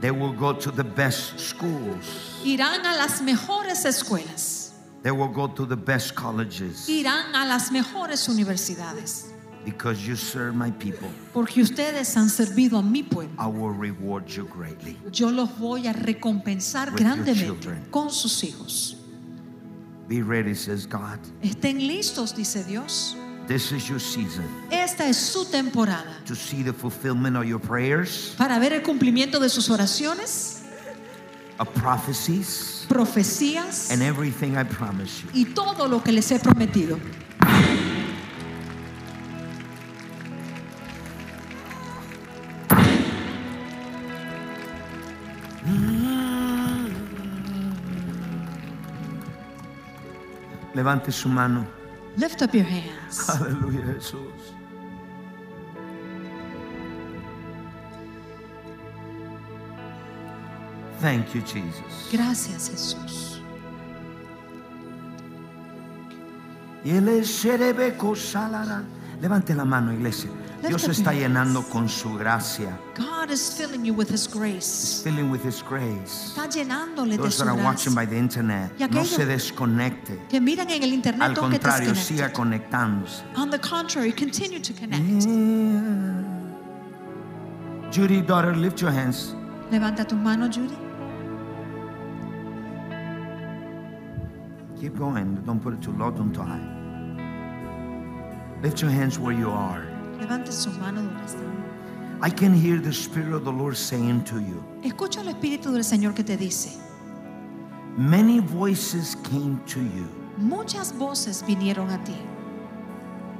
Speaker 4: They will go to the best schools.
Speaker 5: Irán a las mejores escuelas,
Speaker 4: They will go to the best colleges
Speaker 5: irán a las mejores universidades,
Speaker 4: because you serve my people.
Speaker 5: porque ustedes han servido a mi pueblo.
Speaker 4: I will reward you greatly.
Speaker 5: Yo los voy a recompensar
Speaker 4: With your
Speaker 5: grandemente
Speaker 4: children.
Speaker 5: con sus hijos.
Speaker 4: Be ready, says God.
Speaker 5: Estén listos, dice Dios.
Speaker 4: This is your season
Speaker 5: Esta es su temporada
Speaker 4: to see the fulfillment of your prayers,
Speaker 5: para ver el cumplimiento de sus oraciones,
Speaker 4: of prophecies,
Speaker 5: profecías
Speaker 4: and everything I promise you.
Speaker 5: y todo lo que les he prometido.
Speaker 4: Levante su mano.
Speaker 5: Lift up your hands.
Speaker 4: Aleluya, Jesús. Thank you, Jesus.
Speaker 5: Gracias, Jesús.
Speaker 4: Y él es Sherebeco Salara. Levante la mano, iglesia. Dios
Speaker 5: up
Speaker 4: está
Speaker 5: your
Speaker 4: llenando con su gracia.
Speaker 5: God is filling you with His grace.
Speaker 4: Filling with His grace.
Speaker 5: Está llenándole de
Speaker 4: Those
Speaker 5: su
Speaker 4: that are watching by
Speaker 5: gracia.
Speaker 4: the internet,
Speaker 5: Y
Speaker 4: no
Speaker 5: aquellos-
Speaker 4: se desconecte.
Speaker 5: Que miran en el internet
Speaker 4: Al
Speaker 5: don't get
Speaker 4: contrario,
Speaker 5: disconnected.
Speaker 4: siga conectándose.
Speaker 5: On the contrary, continue to connect.
Speaker 4: Mm. Yeah. Judy, daughter, lift your hands.
Speaker 5: Levanta tu mano, Judy.
Speaker 4: Keep going. Don't put it too low, don't too high. Lift your hands where you are.
Speaker 5: Levante su mano donde está.
Speaker 4: I can hear the Spirit of the Lord saying to you,
Speaker 5: Escucha el Espíritu del Señor que te dice.
Speaker 4: many voices came to you
Speaker 5: Muchas voces vinieron a ti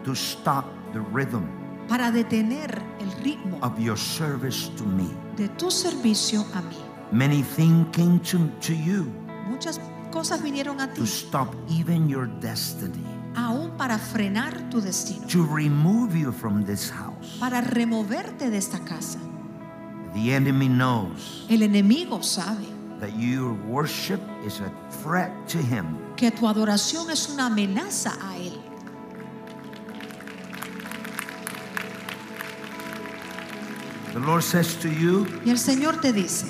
Speaker 4: to stop the rhythm
Speaker 5: para detener el ritmo
Speaker 4: of your service to me.
Speaker 5: de tu servicio a mí.
Speaker 4: Many things came to, to you
Speaker 5: Muchas cosas vinieron a ti
Speaker 4: to stop even your destiny,
Speaker 5: aún para frenar tu destino,
Speaker 4: to remove you from this house.
Speaker 5: para removerte de esta casa.
Speaker 4: The enemy knows
Speaker 5: El enemigo sabe
Speaker 4: that your worship is a threat to him.
Speaker 5: que tu adoración es una amenaza a él.
Speaker 4: The Lord says to you,
Speaker 5: Y el Señor te dice,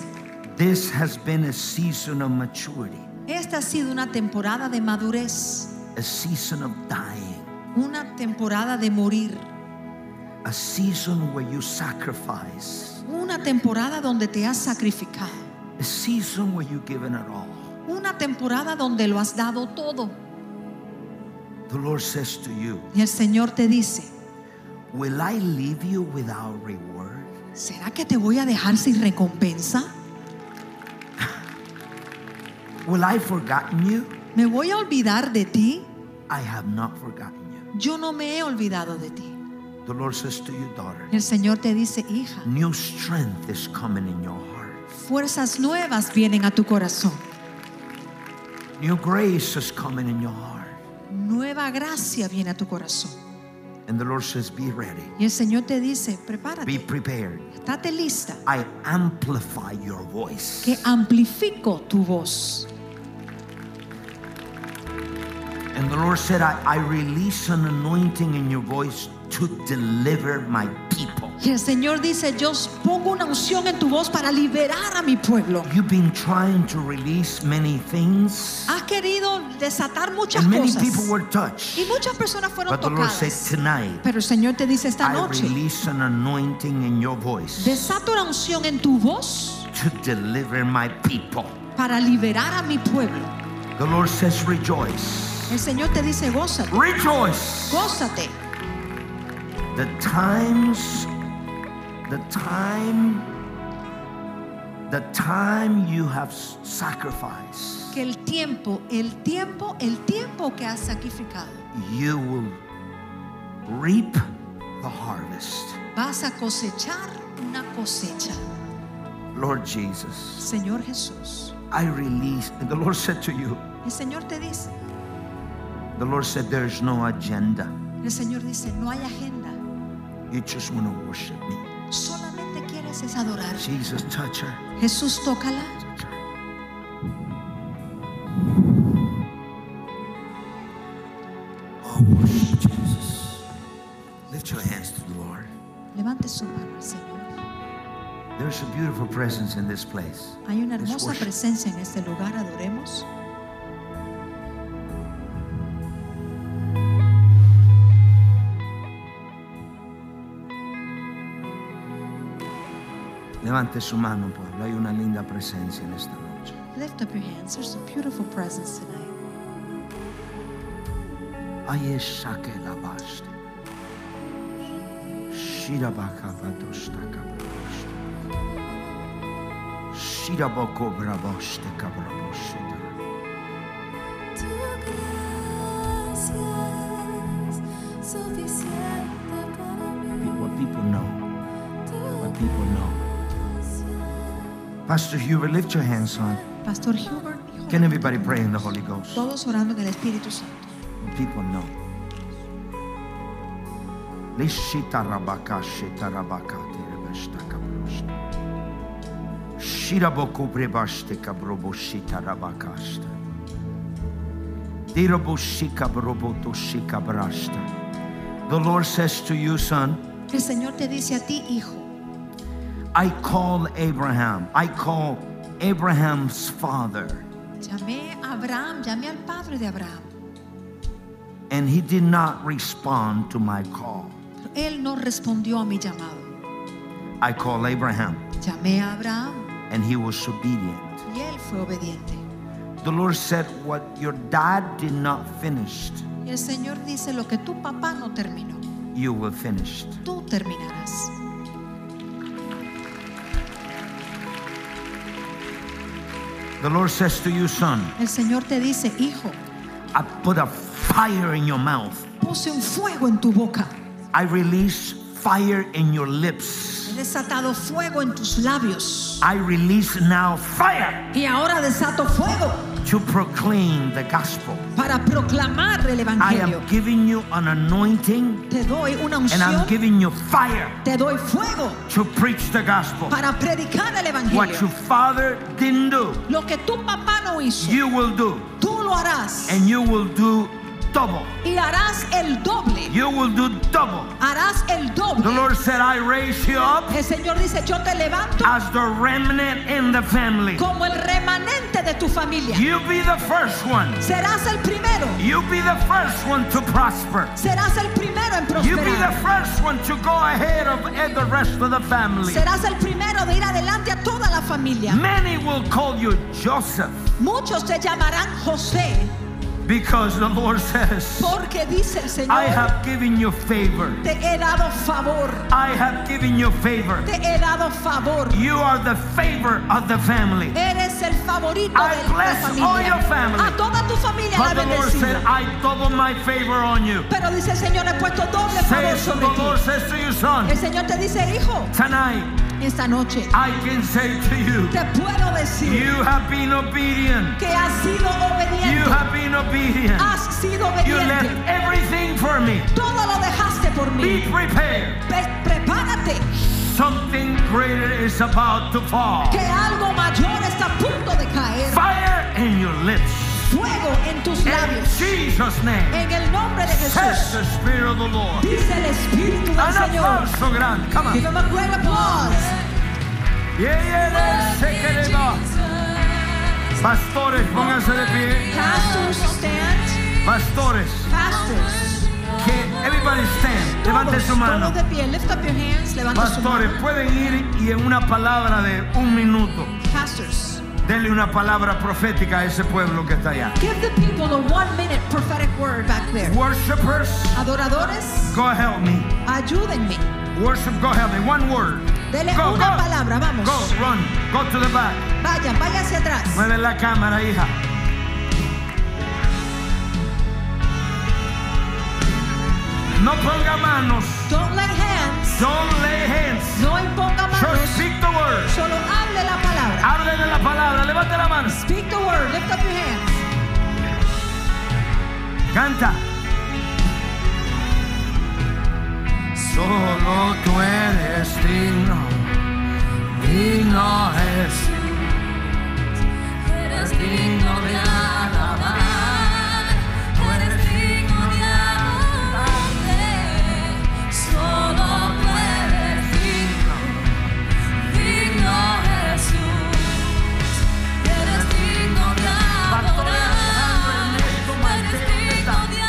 Speaker 4: This has been a season of maturity,
Speaker 5: esta ha sido una temporada de madurez,
Speaker 4: a season of dying,
Speaker 5: una temporada de morir,
Speaker 4: a season where you sacrifice,
Speaker 5: una temporada donde te has sacrificado,
Speaker 4: a season where you've given it all.
Speaker 5: una temporada donde lo has dado todo.
Speaker 4: The Lord says to you,
Speaker 5: Y el Señor te dice,
Speaker 4: Will I leave you without reward?
Speaker 5: ¿será que te voy a dejar sin recompensa?
Speaker 4: Will I forgotten you?
Speaker 5: ¿Me voy a olvidar de ti?
Speaker 4: I have not forgotten you.
Speaker 5: Yo no me he olvidado de ti.
Speaker 4: The Lord says to you, daughter,
Speaker 5: Y El Señor te dice, hija,
Speaker 4: new strength is coming in your heart.
Speaker 5: fuerzas nuevas vienen a tu corazón,
Speaker 4: New grace is coming in your heart.
Speaker 5: nueva gracia viene a tu corazón.
Speaker 4: And the Lord says, Be ready,
Speaker 5: Y el Señor te dice,
Speaker 4: be
Speaker 5: prepárate,
Speaker 4: prepared.
Speaker 5: estate lista,
Speaker 4: I amplify your voice.
Speaker 5: que amplifico tu voz.
Speaker 4: And the Lord said, I, I release an anointing in your voice to deliver my people.
Speaker 5: Y
Speaker 2: Que el Señor dice, yo pongo una unción en tu voz para liberar a mi pueblo.
Speaker 4: You've been trying to release many things,
Speaker 2: Has querido desatar muchas
Speaker 4: and many
Speaker 2: cosas.
Speaker 4: people were touched.
Speaker 2: Y muchas personas fueron
Speaker 4: But the Lord said,
Speaker 2: tocadas.
Speaker 4: Tonight,
Speaker 2: Pero el Señor te dice esta
Speaker 4: I
Speaker 2: noche,
Speaker 4: release an anointing in your voice
Speaker 2: desato la unción en tu voz
Speaker 4: to deliver my people.
Speaker 2: para liberar a mi pueblo.
Speaker 4: The Lord says, Rejoice.
Speaker 2: El Señor te dice, gózate,
Speaker 4: Rejoice.
Speaker 2: gózate.
Speaker 4: The times, the time, the time you have sacrificed,
Speaker 2: Que el tiempo, el tiempo, el tiempo que has sacrificado,
Speaker 4: you will reap the harvest.
Speaker 2: vas a cosechar una cosecha.
Speaker 4: Lord Jesus,
Speaker 2: Señor Jesús,
Speaker 4: I release. And the Lord said to you,
Speaker 2: el Señor te dice,
Speaker 4: the Lord said, there is no agenda.
Speaker 2: el Señor dice, no hay agenda,
Speaker 4: You just want to worship me.
Speaker 2: solamente quieres es adorar.
Speaker 4: Jesus, touch her.
Speaker 2: Jesús, tócala.
Speaker 4: Oh, worship Jesus. Lift your hands to the Lord.
Speaker 2: Levante su mano al Señor.
Speaker 4: There's a beautiful presence in this place.
Speaker 2: Hay una
Speaker 4: This
Speaker 2: hermosa
Speaker 4: worship.
Speaker 2: presencia en este lugar, adoremos.
Speaker 4: Levante su mano, pueblo. Hay una linda presencia en esta noche.
Speaker 2: Lift up your hands, there's a beautiful presence tonight.
Speaker 4: Aye, shake la basta. Shirabaka badosta kabrabosta. Shiraboko brabosta kabrabosta.
Speaker 3: Tu gracia es suficiente para mí.
Speaker 4: What people know. What
Speaker 3: Tu
Speaker 4: people know. Pastor Huber, lift your hands on.
Speaker 2: Pastor Hubert, hijo,
Speaker 4: Can everybody pray in the Holy Ghost?
Speaker 2: todos orando en el Espíritu Santo.
Speaker 4: People know. Lishita rabaka shita rabaka terebesta kabrosta. Shiraboko brebaste kabrobo shita rabakasta. Dirobo shika broboto shika brasta. The Lord says to you, son,
Speaker 2: El Señor te dice a ti, hijo,
Speaker 4: I call Abraham. I call Abraham's father.
Speaker 2: llamé a Abraham, llamé al padre de Abraham.
Speaker 4: And he did not respond to my call.
Speaker 2: Pero él no respondió a mi llamado.
Speaker 4: I call Abraham,
Speaker 2: Llamé a Abraham
Speaker 4: and he was obedient.
Speaker 2: y él fue obediente.
Speaker 4: The Lord said, What your dad did not finish,
Speaker 2: Y el Señor dice, lo que tu papá no terminó,
Speaker 4: you will finish.
Speaker 2: tú terminarás.
Speaker 4: The Lord says to you, Son,
Speaker 2: El Señor te dice, hijo,
Speaker 4: I put a fire in your mouth.
Speaker 2: puse un fuego en tu boca.
Speaker 4: I release fire in your lips.
Speaker 2: He desatado fuego en tus labios.
Speaker 4: I release now fire
Speaker 2: Y ahora desato fuego
Speaker 4: to proclaim the gospel.
Speaker 2: para proclamar el
Speaker 4: I
Speaker 2: Evangelio.
Speaker 4: am giving you an anointing
Speaker 2: Te doy una
Speaker 4: and I'm
Speaker 2: unción,
Speaker 4: giving you fire
Speaker 2: te doy fuego
Speaker 4: to preach the gospel.
Speaker 2: para predicar el
Speaker 4: What
Speaker 2: Evangelio.
Speaker 4: your father didn't do,
Speaker 2: Lo que tu papá no hizo,
Speaker 4: you will do.
Speaker 2: tú lo harás.
Speaker 4: And you will do double.
Speaker 2: Y harás el doble.
Speaker 4: You will do double.
Speaker 2: Harás el
Speaker 4: The
Speaker 2: doble.
Speaker 4: Lord said, I raise you up
Speaker 2: El Señor dice, yo te levanto
Speaker 4: as the remnant in the family.
Speaker 2: como el remanente de tu familia.
Speaker 4: You be the first one.
Speaker 2: Serás el primero.
Speaker 4: You be the first one to prosper.
Speaker 2: Serás el primero en
Speaker 4: You be the
Speaker 2: prosperar.
Speaker 4: first one to go ahead of eh, the rest of the family.
Speaker 2: Serás el primero de ir adelante a toda la familia.
Speaker 4: Many will call you Joseph
Speaker 2: Muchos te llamarán José
Speaker 4: because the Lord says,
Speaker 2: porque dice el
Speaker 4: I
Speaker 2: Señor,
Speaker 4: have given you favor.
Speaker 2: te he dado favor.
Speaker 4: I have given you favor.
Speaker 2: Te he dado favor.
Speaker 4: You are the favor of the family.
Speaker 2: Eres el favorito
Speaker 4: I
Speaker 2: de la
Speaker 4: bless all your family.
Speaker 2: familia. A toda tu familia la
Speaker 4: But the Lord said,
Speaker 2: bendecido.
Speaker 4: I double my favor on you.
Speaker 2: Pero dice el Señor, he puesto doble favor
Speaker 4: Says the
Speaker 2: sobre
Speaker 4: Lord
Speaker 2: ti.
Speaker 4: says to you, son,
Speaker 2: El Señor te dice, hijo,
Speaker 4: tonight
Speaker 2: esta noche
Speaker 4: I can say to you,
Speaker 2: te puedo decir
Speaker 4: you have been obedient.
Speaker 2: que has sido
Speaker 4: You
Speaker 2: obediente.
Speaker 4: have been obedient.
Speaker 2: Has sido
Speaker 4: You left
Speaker 2: obediente.
Speaker 4: everything for me.
Speaker 2: Todo lo dejaste por
Speaker 4: Be
Speaker 2: mí.
Speaker 4: prepared.
Speaker 2: Pre- prepárate
Speaker 4: Something greater is about to fall.
Speaker 2: que algo mayor está a punto de caer.
Speaker 4: Fire in your lips.
Speaker 2: fuego en tus
Speaker 1: In
Speaker 2: labios.
Speaker 1: Jesus' name.
Speaker 2: En el nombre de
Speaker 1: Says
Speaker 2: Jesús,
Speaker 1: the Spirit of the Lord.
Speaker 2: dice el Espíritu del
Speaker 1: An
Speaker 2: Señor.
Speaker 1: aplauso grande. Come on.
Speaker 2: Give him a great applause.
Speaker 1: Y él se queremos. Pastores, pónganse de pie.
Speaker 2: Pastors stand.
Speaker 1: Pastores,
Speaker 2: Pastors.
Speaker 1: que everybody stand. Levante su
Speaker 2: Todos,
Speaker 1: mano.
Speaker 2: todos de pie. Lift up your hands. Levanta su
Speaker 1: Pastores,
Speaker 2: mano.
Speaker 1: pueden ir y en una palabra de un minuto,
Speaker 2: Pastors.
Speaker 1: denle una palabra profética a ese pueblo que está allá.
Speaker 2: Give the people a one minute prophetic word back there.
Speaker 1: Worshippers,
Speaker 2: Adoradores,
Speaker 1: go help me.
Speaker 2: ayúdenme.
Speaker 1: Worship, go help me. One word.
Speaker 2: Dele
Speaker 1: Go,
Speaker 2: una
Speaker 1: go.
Speaker 2: palabra, vamos.
Speaker 1: Go, run. Go to the back.
Speaker 2: Vayan, vayan hacia atrás.
Speaker 1: Mueve la cámara, hija. No ponga manos.
Speaker 2: Don't lay hands.
Speaker 1: Don't lay hands.
Speaker 2: No imponga
Speaker 1: Just
Speaker 2: manos.
Speaker 1: speak the words.
Speaker 2: Solo hable la palabra.
Speaker 1: Hable de la palabra. Levante la mano.
Speaker 2: Speak the word. Lift up your hands.
Speaker 1: Canta. Solo tú eres digno. Digno es.
Speaker 3: Eres digno de alabar, tú eres digno de alabarte, solo tú eres digno, digno Jesús, eres digno de adorar, tú eres digno de
Speaker 1: ¿Dónde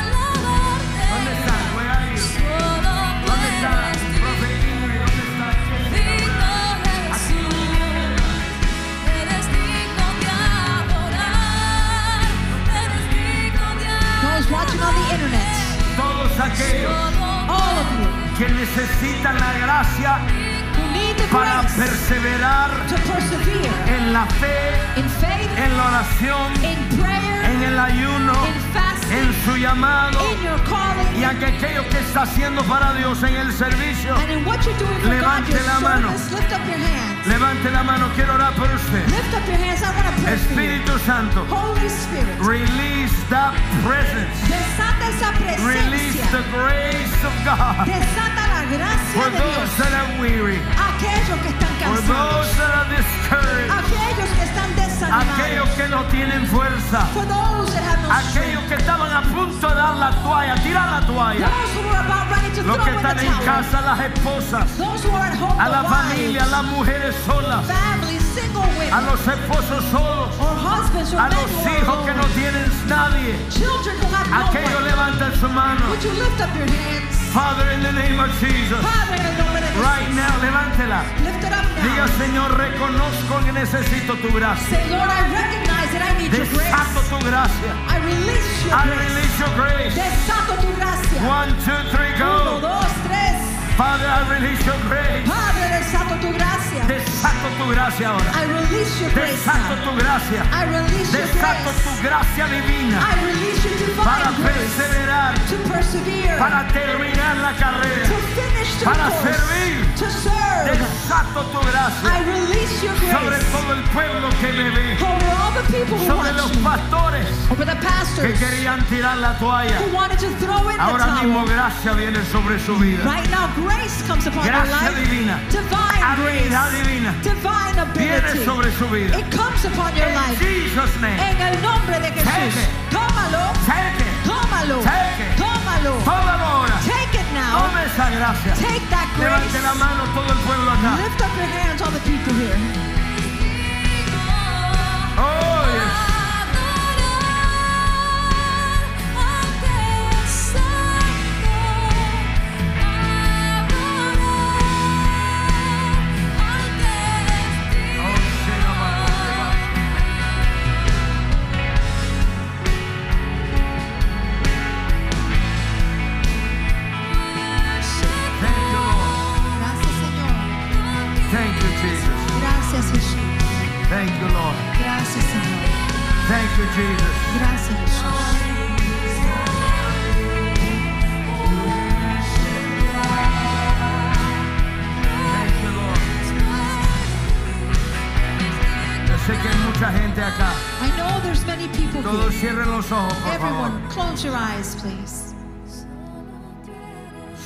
Speaker 3: alabarte,
Speaker 1: está? Juega ahí.
Speaker 3: solo tú
Speaker 1: ¿Dónde está?
Speaker 3: eres
Speaker 1: Profe Ingrid, ¿dónde está?
Speaker 3: digno Jesús, eres digno de adorar, eres digno de
Speaker 2: Those watching on the internet,
Speaker 1: Todos aquellos.
Speaker 2: all of you
Speaker 1: que necesitan la gracia
Speaker 2: who need the
Speaker 1: para
Speaker 2: grace
Speaker 1: perseverar
Speaker 2: to persevere
Speaker 1: en la fe,
Speaker 2: in faith,
Speaker 1: en la oración,
Speaker 2: in prayer,
Speaker 1: en el ayuno,
Speaker 2: in fasting,
Speaker 1: en su llamado
Speaker 2: in your calling,
Speaker 1: y a que aquello que está haciendo para Dios en el servicio.
Speaker 2: and in what you're doing for God,
Speaker 1: Levante
Speaker 2: your
Speaker 1: la mano.
Speaker 2: service. Lift up your hands.
Speaker 1: Levante la mano, quiero orar por usted.
Speaker 2: Lift up your hands. I want to pray for you.
Speaker 1: Espíritu Santo,
Speaker 2: Holy Spirit,
Speaker 1: release that presence,
Speaker 2: desata esa
Speaker 1: release the
Speaker 2: presencia.
Speaker 1: grace of God
Speaker 2: Desata la
Speaker 1: for
Speaker 2: gracia de
Speaker 1: those
Speaker 2: Dios.
Speaker 1: that are weary,
Speaker 2: Aquellos que están
Speaker 1: for
Speaker 2: cansados.
Speaker 1: those that are discouraged,
Speaker 2: Aquellos que están
Speaker 1: aquellos
Speaker 2: desanimados.
Speaker 1: que no tienen fuerza.
Speaker 2: For those that have no
Speaker 1: Aquellos que
Speaker 2: strength.
Speaker 1: estaban a punto de dar la toalla, tirar la toalla.
Speaker 2: Those who are about ready to
Speaker 1: Los
Speaker 2: throw
Speaker 1: que
Speaker 2: in the
Speaker 1: están en
Speaker 2: towel.
Speaker 1: casa, las esposas,
Speaker 2: Those who are at home,
Speaker 1: a la
Speaker 2: the
Speaker 1: familia, a
Speaker 2: wives,
Speaker 1: las mujeres solas,
Speaker 2: families, single
Speaker 1: a
Speaker 2: women,
Speaker 1: los esposos solos,
Speaker 2: or husbands, or
Speaker 1: a
Speaker 2: men
Speaker 1: los
Speaker 2: who are
Speaker 1: hijos que no
Speaker 2: alone.
Speaker 1: tienen nadie.
Speaker 2: Children who have no
Speaker 1: Aquellos
Speaker 2: one.
Speaker 1: levantan su mano.
Speaker 2: Would you lift up your hands?
Speaker 1: Father, in the name of Jesus,
Speaker 2: Padre, en el nombre de
Speaker 1: right
Speaker 2: Jesús.
Speaker 1: now, levántela.
Speaker 2: Lift it up
Speaker 1: Diga,
Speaker 2: now.
Speaker 1: Señor, reconozco que necesito tu gracia.
Speaker 2: Say, Lord, I recognize that I need your
Speaker 1: Desato
Speaker 2: grace.
Speaker 1: tu gracia.
Speaker 2: I release your
Speaker 1: I
Speaker 2: grace.
Speaker 1: release your grace.
Speaker 2: Desato tu gracia.
Speaker 1: One, two, three,
Speaker 2: Uno,
Speaker 1: go.
Speaker 2: dos, tres.
Speaker 1: Father, I release your grace.
Speaker 2: Padre, desato tu gracia.
Speaker 1: Desato tu gracia ahora.
Speaker 2: I release your grace
Speaker 1: Desato
Speaker 2: now.
Speaker 1: tu gracia.
Speaker 2: I release your
Speaker 1: Desato tu
Speaker 2: grace.
Speaker 1: gracia divina
Speaker 2: I release your
Speaker 1: para
Speaker 2: divine grace
Speaker 1: perseverar,
Speaker 2: to persevere,
Speaker 1: para terminar la
Speaker 2: to
Speaker 1: carrera.
Speaker 2: finish the
Speaker 1: para servir.
Speaker 2: course, to serve.
Speaker 1: Desato tu gracia
Speaker 2: I release your
Speaker 1: sobre
Speaker 2: grace
Speaker 1: todo el pueblo que me ve,
Speaker 2: over all the people who
Speaker 1: sobre los
Speaker 2: watch you,
Speaker 1: pastores
Speaker 2: over the
Speaker 1: que
Speaker 2: pastors
Speaker 1: querían tirar la toalla.
Speaker 2: who wanted to throw in the
Speaker 1: Ahora mismo
Speaker 2: towel.
Speaker 1: gracia viene sobre su vida.
Speaker 2: Right now, grace comes upon your
Speaker 1: Gracia
Speaker 2: life.
Speaker 1: divina.
Speaker 2: Divine
Speaker 1: Habilidad
Speaker 2: grace.
Speaker 1: divina
Speaker 2: Divine
Speaker 1: viene
Speaker 2: ability.
Speaker 1: sobre su vida.
Speaker 2: It comes upon your
Speaker 1: En
Speaker 2: life.
Speaker 1: Jesus name,
Speaker 2: En el nombre de Jesús.
Speaker 1: Take it.
Speaker 2: Tómalo.
Speaker 1: take it.
Speaker 2: Tómalo.
Speaker 1: Take it.
Speaker 2: Tómalo.
Speaker 1: Tómalo ahora.
Speaker 2: Take it now.
Speaker 1: Toma esa gracia.
Speaker 2: Take that
Speaker 1: Levante la
Speaker 2: grace.
Speaker 1: mano todo el pueblo acá.
Speaker 2: Lift up your hands, all the people here.
Speaker 3: alabarte.
Speaker 1: Oh, yes.
Speaker 3: Adorar al que es santo, adorar al que es digno.
Speaker 1: Thank you, Lord. Thank
Speaker 2: Gracias, Señor.
Speaker 1: you, Jesus.
Speaker 2: Gracias, Jesús.
Speaker 1: Thank you, Lord.
Speaker 2: Gracias, Señor.
Speaker 1: Thank you, Jesus.
Speaker 2: Gracias, Jesús.
Speaker 1: Thank you, Lord. Yo sé que hay mucha gente acá.
Speaker 2: I know there's many people
Speaker 1: Todos
Speaker 2: here.
Speaker 1: cierren los ojos, por favor.
Speaker 2: Everyone, close your eyes, please.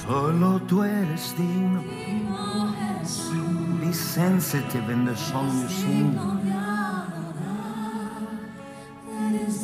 Speaker 1: Solo tú eres digno. Be sensitive in the song you sing.
Speaker 3: Eres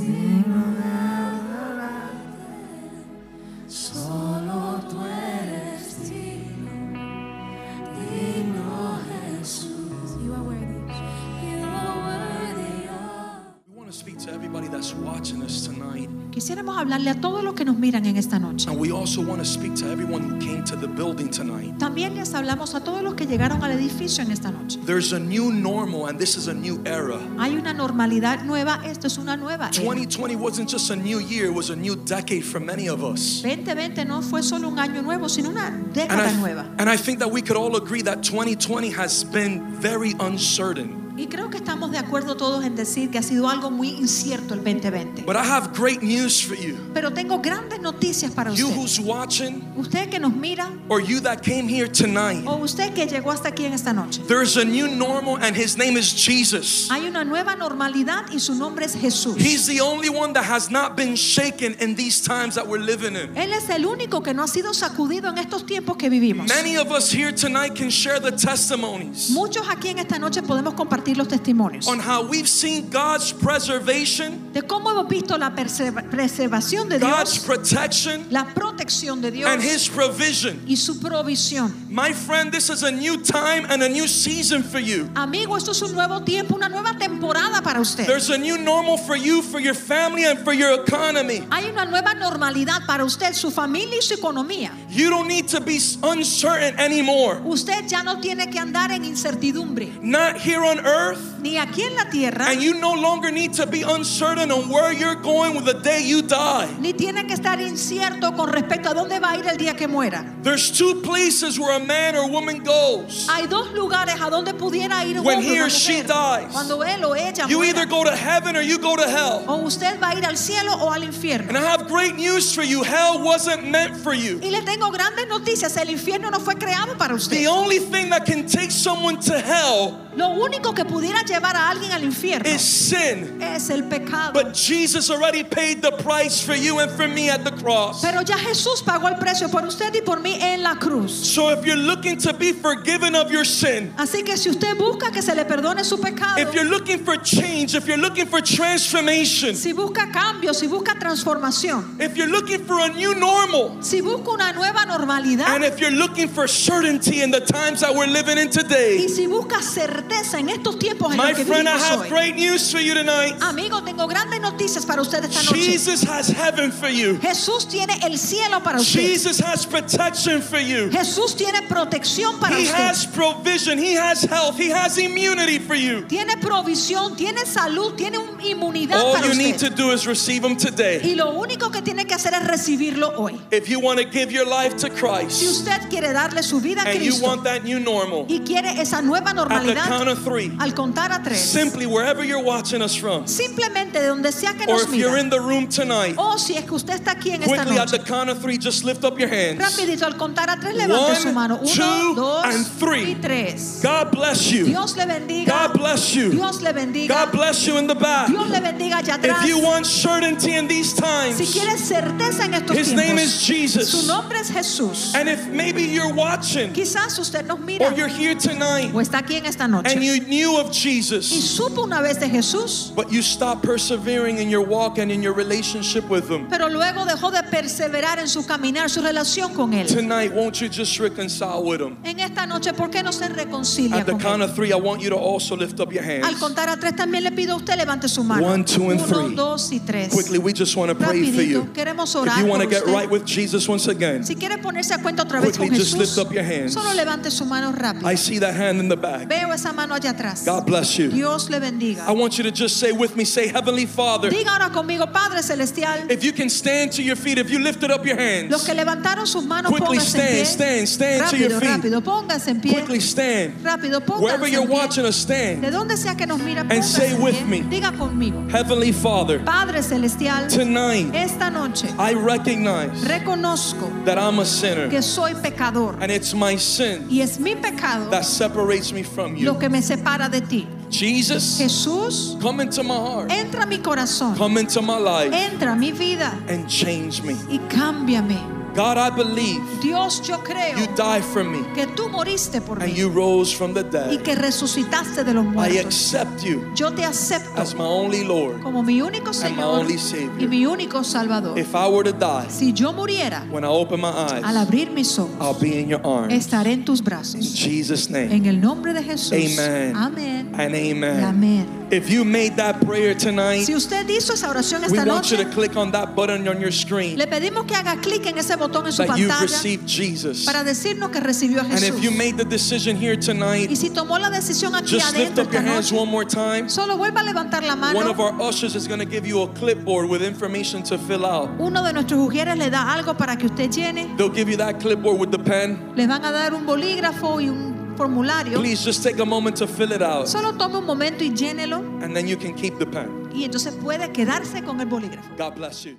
Speaker 6: everybody that's watching us tonight.
Speaker 5: Quisiéramos hablarle a todos los que nos miran en esta noche.
Speaker 6: And we also want to speak to everyone who came to the building tonight.
Speaker 5: También les hablamos a todos los que llegaron al edificio en esta noche.
Speaker 6: There's a new normal, and this is a new era.
Speaker 5: Hay una normalidad nueva, esto es una nueva. era.
Speaker 6: 2020 wasn't just a new year, it was a new decade for many of us.
Speaker 5: 2020 no fue solo un año nuevo, sino una
Speaker 6: And
Speaker 5: década
Speaker 6: I,
Speaker 5: nueva.
Speaker 6: and I think that we could all agree that 2020 has been very uncertain.
Speaker 5: Y creo que estamos de acuerdo todos en decir que ha sido algo muy incierto el 2020.
Speaker 6: But I have great news for you.
Speaker 5: Pero tengo grandes noticias para
Speaker 6: You
Speaker 5: usted.
Speaker 6: who's watching,
Speaker 5: Usted que nos mira
Speaker 6: or you that came here tonight,
Speaker 5: o usted que llegó hasta aquí en esta noche.
Speaker 6: there's a new normal, and his name is Jesus.
Speaker 5: Hay una nueva normalidad y su nombre es Jesús.
Speaker 6: He's the only one that has not been shaken in these times that we're living in.
Speaker 5: Él es el único que no ha sido sacudido en estos tiempos que vivimos.
Speaker 6: Many of us here tonight can share the testimonies
Speaker 5: Muchos aquí en esta noche podemos compartir los testimonios
Speaker 6: on how we've seen God's preservation,
Speaker 5: de cómo hemos visto la perse- preservación de
Speaker 6: God's
Speaker 5: Dios,
Speaker 6: protection,
Speaker 5: la protección de Dios
Speaker 6: and His provision.
Speaker 5: y su provisión.
Speaker 6: My friend, this is a new time and a new season for you.
Speaker 5: Amigo, esto es un nuevo tiempo, una nueva temporada para usted.
Speaker 6: There's a new normal for you, for your family, and for your economy.
Speaker 5: Hay una nueva normalidad para usted, su familia y su economía.
Speaker 6: You don't need to be uncertain anymore.
Speaker 5: Usted ya no tiene que andar en incertidumbre,
Speaker 6: Not here on earth,
Speaker 5: ni aquí en la tierra,
Speaker 6: and you no longer need to be uncertain on where you're going with the day you die.
Speaker 5: ni tiene que estar incierto con respecto a dónde va a ir el día que muera.
Speaker 6: There's two places where a man or woman goes.
Speaker 5: Hay dos lugares a donde pudiera ir un
Speaker 6: When
Speaker 5: hombre o una
Speaker 6: he or she
Speaker 5: mujer.
Speaker 6: dies,
Speaker 5: cuando él o ella
Speaker 6: You
Speaker 5: muera.
Speaker 6: either go to heaven or you go to hell.
Speaker 5: o usted va a ir al cielo o al infierno.
Speaker 6: And I have great news for you. Hell wasn't meant for you.
Speaker 5: Y le tengo grandes noticias, el infierno no fue creado para usted.
Speaker 6: The only thing that can take someone to hell
Speaker 5: Lo único que pudiera llevar a alguien al infierno
Speaker 6: is sin.
Speaker 5: es el pecado.
Speaker 6: But Jesus already paid the price for you and for me at the cross.
Speaker 5: Pero ya Jesús pagó el precio por usted y por mí en la cruz.
Speaker 6: So if you're looking to be forgiven of your sin,
Speaker 5: Así que si usted busca que se le perdone su pecado,
Speaker 6: if you're looking for change, if you're looking for transformation,
Speaker 5: si busca cambio, si busca transformación,
Speaker 6: if you're looking for a new normal,
Speaker 5: si busca una nueva
Speaker 6: and
Speaker 5: normalidad
Speaker 6: if you're looking for certainty in the times that we're living in today,
Speaker 5: y si busca certeza en estos tiempos en
Speaker 6: My
Speaker 5: los que
Speaker 6: friend, I
Speaker 5: vivimos
Speaker 6: have
Speaker 5: hoy.
Speaker 6: great news for you tonight.
Speaker 5: Amigo, tengo grandes noticias para usted esta noche.
Speaker 6: Jesus has heaven for you.
Speaker 5: Jesús tiene el cielo para usted.
Speaker 6: Jesus has protection for you.
Speaker 5: Jesús tiene protección para
Speaker 6: He
Speaker 5: usted.
Speaker 6: has provision. He has health. He has immunity for you.
Speaker 5: Tiene provisión, tiene salud, tiene un- inmunidad
Speaker 6: All
Speaker 5: para
Speaker 6: you need to
Speaker 5: usted.
Speaker 6: do is receive Him today.
Speaker 5: Y lo único que tiene que hacer es recibirlo hoy.
Speaker 6: If you want to give your life to
Speaker 5: Si
Speaker 6: Christ
Speaker 5: usted quiere darle su vida a
Speaker 6: and you
Speaker 5: Cristo
Speaker 6: want that new normal,
Speaker 5: y quiere esa nueva
Speaker 6: at the count
Speaker 5: normalidad,
Speaker 6: of three,
Speaker 5: al contar a tres,
Speaker 6: simply wherever you're watching us from,
Speaker 5: simplemente de donde sea que
Speaker 6: or
Speaker 5: nos
Speaker 6: if you're
Speaker 5: mira,
Speaker 6: in the room tonight,
Speaker 5: o si es que usted está aquí en Oh, esta
Speaker 6: quickly at the
Speaker 5: noche,
Speaker 6: count of three, just lift up your hands.
Speaker 5: rapidito al contar a tres levante
Speaker 6: One,
Speaker 5: su mano. Uno,
Speaker 6: two,
Speaker 5: dos
Speaker 6: and three.
Speaker 5: y tres.
Speaker 6: God bless you.
Speaker 5: Dios le bendiga.
Speaker 6: God bless you.
Speaker 5: Dios le bendiga.
Speaker 6: God bless you in the back.
Speaker 5: Dios le bendiga allá atrás.
Speaker 6: If you want certainty in these
Speaker 5: Si
Speaker 6: times,
Speaker 5: quiere certeza en estos
Speaker 6: His name is
Speaker 5: tiempos, su
Speaker 6: Jesus.
Speaker 5: nombre es Jesús.
Speaker 6: And if maybe you're watching
Speaker 5: Quizás usted nos mira
Speaker 6: or you're here tonight
Speaker 5: o está aquí en esta
Speaker 6: Oh,
Speaker 5: noche
Speaker 6: and you knew of
Speaker 5: y
Speaker 6: Jesus,
Speaker 5: supo una vez de Jesús,
Speaker 6: but you stopped persevering in your walk and in your relationship with Him,
Speaker 5: pero luego dejó de perseverar en su caminar, su relación con Él.
Speaker 6: tonight, won't you just reconcile with Him?
Speaker 5: En esta noche, ¿por qué no se reconcilia
Speaker 6: At the
Speaker 5: con
Speaker 6: count
Speaker 5: Él?
Speaker 6: of three, I want you to also lift up your
Speaker 5: Al
Speaker 6: hands.
Speaker 5: contar a tres también le pido a usted levante su mano.
Speaker 6: One, two, and
Speaker 5: Uno,
Speaker 6: three.
Speaker 5: dos y tres.
Speaker 6: Quickly, we just want to pray for you.
Speaker 5: Rapidito, queremos
Speaker 6: If
Speaker 5: orar
Speaker 6: you want
Speaker 5: por
Speaker 6: to get
Speaker 5: usted.
Speaker 6: right with Jesus once again,
Speaker 5: Si quiere ponerse a cuenta otra vez
Speaker 6: Quickly,
Speaker 5: con
Speaker 6: just
Speaker 5: Jesús,
Speaker 6: lift up your hands.
Speaker 5: solo levante su mano rápido.
Speaker 6: I see that hand in the back.
Speaker 5: Veo esa mano allá atrás.
Speaker 6: God bless you.
Speaker 5: Dios le bendiga.
Speaker 6: I want you to just say with me, say, Heavenly Father,
Speaker 5: Diga ahora conmigo, Padre Celestial,
Speaker 6: If you can stand to your feet, if you lifted up your
Speaker 5: los
Speaker 6: hands,
Speaker 5: que levantaron sus manos,
Speaker 6: Quickly
Speaker 5: pónganse en pie.
Speaker 6: stand, stand, stand to
Speaker 5: rápido,
Speaker 6: your feet.
Speaker 5: rápido, pónganse en pie.
Speaker 6: quickly stand.
Speaker 5: Rápido,
Speaker 6: Wherever
Speaker 5: pónganse
Speaker 6: you're
Speaker 5: en pie.
Speaker 6: watching us,
Speaker 5: De
Speaker 6: stand.
Speaker 5: donde sea que nos mira, pónganse
Speaker 6: say
Speaker 5: en
Speaker 6: with
Speaker 5: pie.
Speaker 6: me.
Speaker 5: Diga conmigo.
Speaker 6: Heavenly Father,
Speaker 5: Padre Celestial,
Speaker 6: tonight
Speaker 5: esta noche
Speaker 6: I recognize
Speaker 5: reconozco
Speaker 6: that I'm a sinner,
Speaker 5: que soy pecador
Speaker 6: and it's my sin
Speaker 5: y es mi pecado
Speaker 6: that separates me from
Speaker 5: lo
Speaker 6: you.
Speaker 5: que me separa de ti.
Speaker 6: Jesus,
Speaker 5: Jesús,
Speaker 6: come into my heart,
Speaker 5: entra a mi corazón,
Speaker 6: come into my life,
Speaker 5: entra a mi vida
Speaker 6: and change me.
Speaker 5: y cámbiame.
Speaker 6: God, I believe
Speaker 5: Dios, yo creo
Speaker 6: you died for me
Speaker 5: que tú moriste por
Speaker 6: and
Speaker 5: mí.
Speaker 6: you rose from the
Speaker 5: y
Speaker 6: dead.
Speaker 5: que resucitaste de los
Speaker 6: I
Speaker 5: muertos.
Speaker 6: accept you
Speaker 5: Yo te acepto
Speaker 6: as my only Lord.
Speaker 5: como mi único
Speaker 6: my
Speaker 5: Señor
Speaker 6: only Savior.
Speaker 5: y mi único Salvador.
Speaker 6: If I were to die,
Speaker 5: Si yo muriera,
Speaker 6: when I open my
Speaker 5: al
Speaker 6: eyes,
Speaker 5: abrir mis ojos,
Speaker 6: I'll be in your arms.
Speaker 5: estaré en tus
Speaker 6: In
Speaker 5: brazos.
Speaker 6: Jesus' name.
Speaker 5: En el nombre de Jesús.
Speaker 6: Amen.
Speaker 5: Amén.
Speaker 6: And
Speaker 5: Y
Speaker 6: amen.
Speaker 5: Amén.
Speaker 6: If you made that prayer tonight,
Speaker 5: Si usted hizo esa oración
Speaker 6: we
Speaker 5: esta
Speaker 6: want you
Speaker 5: noche,
Speaker 6: to click on that button on your screen
Speaker 5: le pedimos que haga clic en ese botón en su
Speaker 6: that you've
Speaker 5: pantalla
Speaker 6: received Jesus.
Speaker 5: para decirnos que recibió a
Speaker 6: And if you
Speaker 5: Jesús.
Speaker 6: made the decision here
Speaker 5: Y
Speaker 6: tonight,
Speaker 5: si tomó la decisión aquí
Speaker 6: just lift
Speaker 5: adentro
Speaker 6: up your
Speaker 5: esta
Speaker 6: hands
Speaker 5: noche,
Speaker 6: one more time.
Speaker 5: solo vuelva a levantar la
Speaker 6: One of
Speaker 5: mano.
Speaker 6: our ushers is going to give you a clipboard with information to fill out.
Speaker 5: Uno de nuestros ujieres le da algo para que usted llene.
Speaker 6: They'll give you that clipboard with the pen.
Speaker 5: Les van a dar un bolígrafo y un formulario.
Speaker 6: Please just take a moment to fill it out,
Speaker 5: Solo tome un momento y llénelo.
Speaker 6: and then you can keep the pen.
Speaker 5: Y entonces puede quedarse con el bolígrafo.
Speaker 6: God bless you.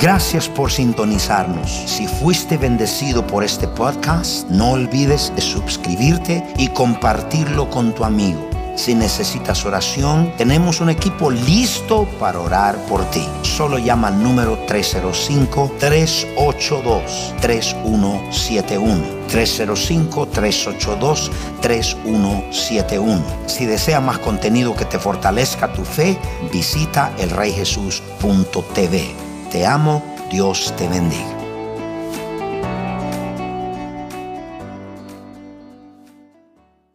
Speaker 4: Gracias por sintonizarnos. Si fuiste bendecido por este podcast, no olvides de suscribirte y compartirlo con tu amigo. Si necesitas oración, tenemos un equipo listo para orar por ti. Solo llama al número 305-382-3171. 305-382-3171. Si desea más contenido que te fortalezca tu fe, visita elreyjesus.tv. Te amo, Dios te bendiga.